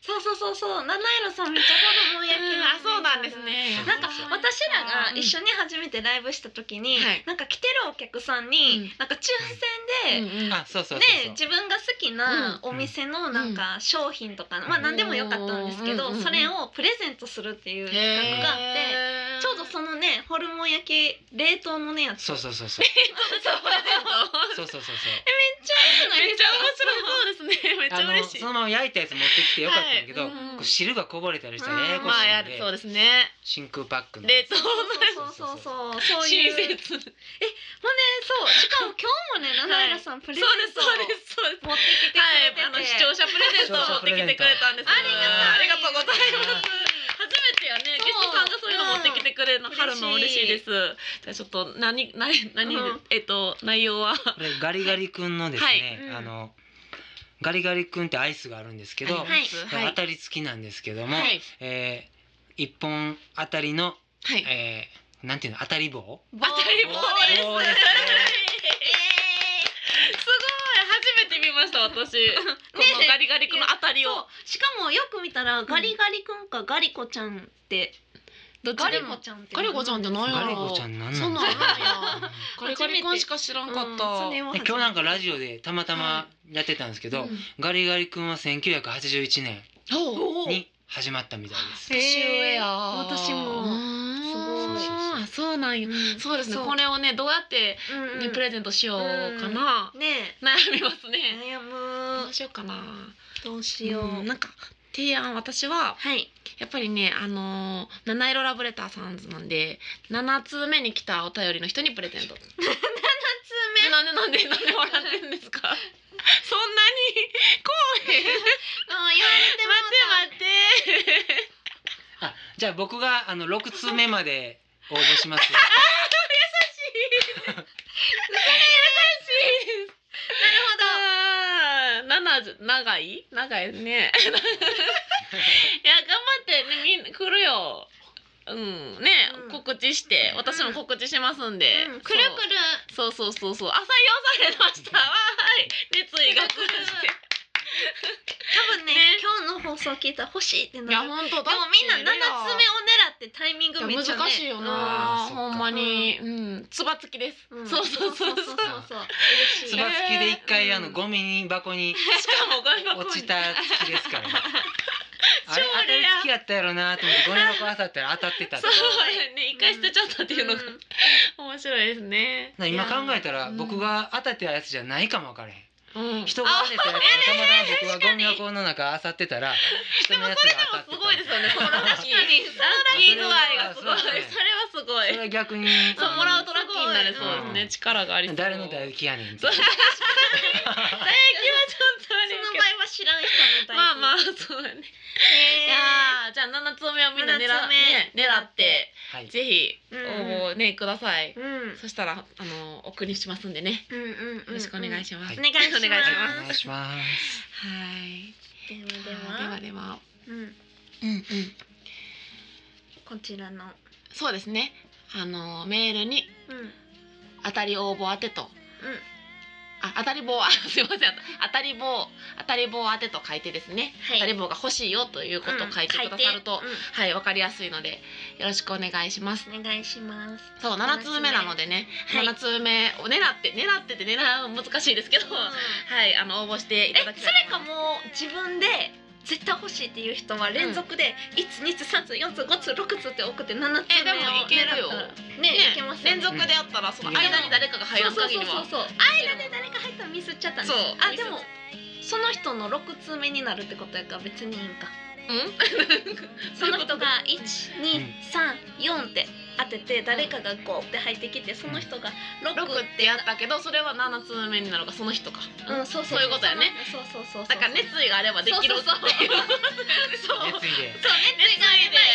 [SPEAKER 1] そうそうそうそう七色さんめっちゃホルモン焼き
[SPEAKER 2] あそうなんですね。
[SPEAKER 1] なんか
[SPEAKER 2] そう
[SPEAKER 1] 私らが一緒に初めてライブした時に、
[SPEAKER 2] はい
[SPEAKER 1] なんか来てるお客さんに、
[SPEAKER 2] うん
[SPEAKER 1] なんか抽選で、
[SPEAKER 2] うんうん
[SPEAKER 3] あそうそうそう
[SPEAKER 1] で
[SPEAKER 3] そう
[SPEAKER 1] 自分が好きなお店のなんか商品とか、まあ何でもよかったんですけど、
[SPEAKER 2] うんうんうん
[SPEAKER 1] それをプレゼントするっていう企画があって。ちょうどそのねホルモン焼き冷凍のねやつ
[SPEAKER 3] そうそうそうそうそうそうそうそう
[SPEAKER 1] めっちゃいいの
[SPEAKER 2] めっちゃ面白そうですね。めっち
[SPEAKER 3] あ
[SPEAKER 2] ゃ
[SPEAKER 3] の
[SPEAKER 2] 嬉しい。
[SPEAKER 3] そのまま焼いたやつ持ってきてよかったんだけど、
[SPEAKER 2] はいうんうん
[SPEAKER 3] こう汁がこぼれたりしたらややこ
[SPEAKER 2] まあや
[SPEAKER 3] し
[SPEAKER 2] る
[SPEAKER 3] いんで,、
[SPEAKER 2] そうですね。
[SPEAKER 3] 真空パックの
[SPEAKER 2] 冷凍
[SPEAKER 1] そうそうそうそうそうそういう
[SPEAKER 2] 親切。
[SPEAKER 1] ほんでそうしかも今日もね七浦さんプ
[SPEAKER 2] そう
[SPEAKER 1] レゼ
[SPEAKER 2] で
[SPEAKER 1] ン
[SPEAKER 2] す
[SPEAKER 1] ト持っ
[SPEAKER 2] そうですそうです。
[SPEAKER 1] てきてく
[SPEAKER 2] はい
[SPEAKER 1] れてて、、
[SPEAKER 2] あの視聴者プレゼントを持ってきてくれたんです。
[SPEAKER 1] ありがたい
[SPEAKER 2] ありがとうございます。初めてやね、ゲストさんがそういうの持ってきてくれるの、
[SPEAKER 1] うん
[SPEAKER 2] 春の嬉しいです。じゃあちょっと何何何、
[SPEAKER 1] うん
[SPEAKER 2] えっと内容は
[SPEAKER 3] これガリガリ君のですね、
[SPEAKER 1] はいうん
[SPEAKER 3] あのガリガリ君ってアイスがあるんですけど、
[SPEAKER 1] はいはい
[SPEAKER 3] 当たり付きなんですけども、
[SPEAKER 2] はい
[SPEAKER 3] えー一本当たりの、
[SPEAKER 2] はい
[SPEAKER 3] えーなんていうの当たり棒
[SPEAKER 2] 当たり棒です。す
[SPEAKER 3] 棒
[SPEAKER 2] ごい
[SPEAKER 3] ですね
[SPEAKER 2] 初めて見ました私。このガリガリ君の当たりを
[SPEAKER 1] そうしかもよく見たらガリガリくんかガリコちゃんって、
[SPEAKER 2] どっ
[SPEAKER 1] ガ
[SPEAKER 2] ちで
[SPEAKER 1] リ
[SPEAKER 2] も
[SPEAKER 1] コちゃんって
[SPEAKER 2] ガリコちゃんじゃない
[SPEAKER 3] ガ
[SPEAKER 2] や
[SPEAKER 3] リ
[SPEAKER 2] ろ
[SPEAKER 3] コちゃんなんな
[SPEAKER 2] そ
[SPEAKER 3] ん
[SPEAKER 2] うなんや
[SPEAKER 3] うん
[SPEAKER 2] ガリガリ君しか知らんかった。
[SPEAKER 1] 今
[SPEAKER 3] え今日なんかラジオでたまたまやってたんですけど、
[SPEAKER 2] うん
[SPEAKER 3] ガリガリ君は1981年
[SPEAKER 2] そう
[SPEAKER 1] おー
[SPEAKER 3] に始まったみたいです。
[SPEAKER 2] 年上や。
[SPEAKER 1] 私もすごい
[SPEAKER 2] あそうなんや。そうですね。
[SPEAKER 1] そう
[SPEAKER 2] これをねどうやって
[SPEAKER 1] うん
[SPEAKER 2] ねプレゼントしようかな
[SPEAKER 1] ね
[SPEAKER 2] 悩みます
[SPEAKER 1] え
[SPEAKER 2] ね。
[SPEAKER 1] 悩
[SPEAKER 2] ど
[SPEAKER 1] む
[SPEAKER 2] うしようかな。
[SPEAKER 1] どうしよう、
[SPEAKER 2] んなんか提案私は
[SPEAKER 1] はい
[SPEAKER 2] やっぱりねあのー七色ラブレターさんなんで七通目に来たお便りの人にプレゼント。なんでなんでなんで笑ってんですか。 そんなにこうへん。
[SPEAKER 1] うん言われ て
[SPEAKER 2] 待って待って。
[SPEAKER 3] あじゃあ僕があの6通目まで応募します。
[SPEAKER 2] なるほど。七じゃ長い長いね。い や頑張ってねみんな来るよ。うんね、
[SPEAKER 1] うん
[SPEAKER 2] 告知して私も告知しますんで。
[SPEAKER 1] うんくるくる
[SPEAKER 2] そうそうそうそう。あ採用されました。わーい熱意がくるして。
[SPEAKER 1] 多分ね
[SPEAKER 2] ね
[SPEAKER 1] 今日の放送聞いたら欲しいって
[SPEAKER 2] いや
[SPEAKER 1] なるでも
[SPEAKER 2] 本当だ
[SPEAKER 1] みんな7つ目を狙ってタイミングめっちゃ、ね、
[SPEAKER 2] 難しいよ
[SPEAKER 3] あー
[SPEAKER 2] な、
[SPEAKER 3] そっか
[SPEAKER 2] ほんまにうんつばつきです、
[SPEAKER 1] うん
[SPEAKER 2] そうそうそうそうし
[SPEAKER 1] そう
[SPEAKER 2] か
[SPEAKER 1] そう嬉し
[SPEAKER 3] つ
[SPEAKER 1] い
[SPEAKER 3] ばつきで一回、
[SPEAKER 2] えー
[SPEAKER 3] あのゴミに箱に
[SPEAKER 2] もゴミ箱に
[SPEAKER 3] 落ちた月で すから、ね。あれ当
[SPEAKER 2] 勝
[SPEAKER 3] た
[SPEAKER 2] 利
[SPEAKER 3] り
[SPEAKER 2] や
[SPEAKER 3] 付きやったやろなと思ってゴミ箱当たったら当たってたって
[SPEAKER 2] そうね一回捨てちゃったっていうのが、
[SPEAKER 1] うん
[SPEAKER 2] 面白いですね
[SPEAKER 3] な今考えた
[SPEAKER 2] う
[SPEAKER 3] ら
[SPEAKER 2] ん
[SPEAKER 3] 僕が当たってたやつじゃないかもわからへん。
[SPEAKER 2] うん
[SPEAKER 3] 人が当てたやつたまたま僕はゴミ箱の中あさってたら人のやつが
[SPEAKER 2] す
[SPEAKER 3] 当たってた
[SPEAKER 2] ごいですよね。そのラッキー、
[SPEAKER 1] 確かに
[SPEAKER 2] ラッキー具合がすごい。そ
[SPEAKER 3] そ
[SPEAKER 2] れ
[SPEAKER 3] れ
[SPEAKER 2] は
[SPEAKER 3] は
[SPEAKER 2] すご
[SPEAKER 3] それ
[SPEAKER 2] い。
[SPEAKER 3] は逆に
[SPEAKER 2] そう、もらうとラッキーになれそうです
[SPEAKER 3] う
[SPEAKER 2] ね。
[SPEAKER 3] ん
[SPEAKER 2] 力がありそう。
[SPEAKER 3] 誰の唾液やねんって
[SPEAKER 2] そう唾液はちょっとあ
[SPEAKER 1] そ
[SPEAKER 2] れや
[SPEAKER 1] の
[SPEAKER 2] け
[SPEAKER 1] 場合は知らん人の
[SPEAKER 2] ど。
[SPEAKER 1] タイ
[SPEAKER 2] まあまあ
[SPEAKER 1] あ、
[SPEAKER 2] そうだね。い
[SPEAKER 1] え
[SPEAKER 2] やーじゃあ七つ目をみんな狙
[SPEAKER 1] 七つ
[SPEAKER 2] ね
[SPEAKER 1] 目
[SPEAKER 2] 狙って
[SPEAKER 3] はい
[SPEAKER 2] ぜひ
[SPEAKER 1] うん
[SPEAKER 2] 応募ねください
[SPEAKER 1] ー。うん
[SPEAKER 2] そしたらあのお送りしますんでね。
[SPEAKER 1] うんうんうん、
[SPEAKER 2] よろしくお願い
[SPEAKER 1] し
[SPEAKER 2] します。
[SPEAKER 1] お願いします
[SPEAKER 2] お願いします
[SPEAKER 3] お願い します
[SPEAKER 2] はい。
[SPEAKER 1] ます。では
[SPEAKER 2] で
[SPEAKER 1] では、
[SPEAKER 2] はでは。
[SPEAKER 1] うん、
[SPEAKER 2] うんうん。
[SPEAKER 1] こちらの、
[SPEAKER 2] そうですね。あのメールに
[SPEAKER 1] うん、うん、
[SPEAKER 2] 当たり応募当てとあ当たり棒 はすいません当たり棒当たり棒当てと書いてですね、
[SPEAKER 1] はい
[SPEAKER 2] 当たり棒が欲しいよということを書いてくださる
[SPEAKER 1] う
[SPEAKER 2] と、
[SPEAKER 1] ん書いて
[SPEAKER 2] はいわかりやすいのでよろしくお願いします
[SPEAKER 1] うんお願いします。
[SPEAKER 2] そう7つ目なのでね、
[SPEAKER 1] はい
[SPEAKER 2] 7つ目を狙って狙ってて狙うの難しいですけど、はいあの応募してい
[SPEAKER 1] え、
[SPEAKER 2] た
[SPEAKER 1] そ
[SPEAKER 2] だ
[SPEAKER 1] れ
[SPEAKER 2] きたいと
[SPEAKER 1] か
[SPEAKER 2] 思いま
[SPEAKER 1] も
[SPEAKER 2] す
[SPEAKER 1] う自分で絶対欲しいっていう人は連続で一二つ三つ四つ五つ六つって送って七つ目を
[SPEAKER 2] えでもいけるよ
[SPEAKER 1] 狙ったらねいけますよ
[SPEAKER 2] 連続であったらその間に誰かが入
[SPEAKER 1] そう
[SPEAKER 2] らん
[SPEAKER 1] そう
[SPEAKER 2] 限
[SPEAKER 1] そう
[SPEAKER 2] りは
[SPEAKER 1] そうそう。間で誰か入ったらミスっちゃったんです。
[SPEAKER 2] そう
[SPEAKER 1] あ、でもその人の六つ目になるってことやから別にいいんか。
[SPEAKER 2] うん
[SPEAKER 1] その人
[SPEAKER 2] そういうこと
[SPEAKER 1] が1234って当てて誰かが5って入ってきてその人が6
[SPEAKER 2] 6
[SPEAKER 1] って
[SPEAKER 2] ってやったけどそれは7つ目になるかその人か、
[SPEAKER 1] うんそうそう
[SPEAKER 2] そういうことやね
[SPEAKER 1] そうそうそうそう
[SPEAKER 2] だから熱意があればできる
[SPEAKER 1] そうそう
[SPEAKER 2] っていう
[SPEAKER 1] そう
[SPEAKER 3] 熱意で
[SPEAKER 1] そう熱意があればい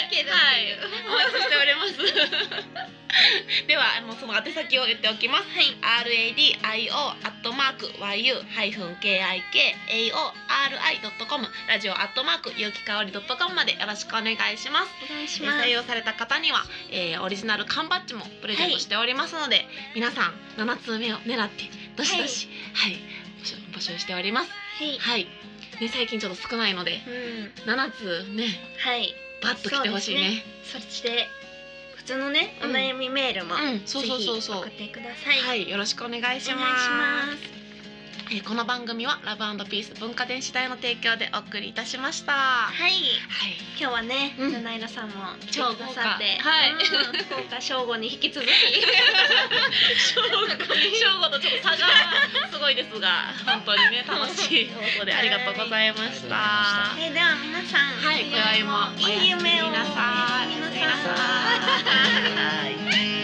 [SPEAKER 1] ける
[SPEAKER 2] はい
[SPEAKER 1] っていう
[SPEAKER 2] お待ちしております ではあのその宛先を言っておきます、RADIO アットマーク YU ハイフン KIKAORI.com ラジオアットマークゆうきかおり .com までよろしくお願いします
[SPEAKER 1] お願いします
[SPEAKER 2] 採用された方には、えーオリジナル缶バッジもプレゼントしておりますので、皆さん7通目を狙ってどしどしはい、募集募集しております
[SPEAKER 1] はい
[SPEAKER 2] はい、ね、最近ちょっと少ないので
[SPEAKER 1] うん
[SPEAKER 2] 7つね
[SPEAKER 1] はい
[SPEAKER 2] バッと来てほしいね
[SPEAKER 1] そして普通のねお
[SPEAKER 2] うん
[SPEAKER 1] 悩みメールも
[SPEAKER 2] うん
[SPEAKER 1] ぜ
[SPEAKER 2] そうそう
[SPEAKER 1] ひ
[SPEAKER 2] そうそう
[SPEAKER 1] 送ってください
[SPEAKER 2] はい、よろしくお願いし
[SPEAKER 1] お願いし
[SPEAKER 2] ます
[SPEAKER 1] ます
[SPEAKER 2] えーこの番組はラブピース文化電子代の提供でお送りいたしましたは
[SPEAKER 1] はい
[SPEAKER 2] い
[SPEAKER 1] 今日はね
[SPEAKER 2] うん
[SPEAKER 1] 七色さんも来てく
[SPEAKER 2] 超豪華
[SPEAKER 1] ださって
[SPEAKER 2] はい
[SPEAKER 1] うん豪華正午に引き続き
[SPEAKER 2] 正午とちょっと差がすごいですが本当にね楽しい放送でありがとうございました
[SPEAKER 3] は
[SPEAKER 1] えーでは皆さん、
[SPEAKER 2] はい今宵もおやすみなさい
[SPEAKER 1] いい夢をおやすみなさい。
[SPEAKER 2] おやすみなさい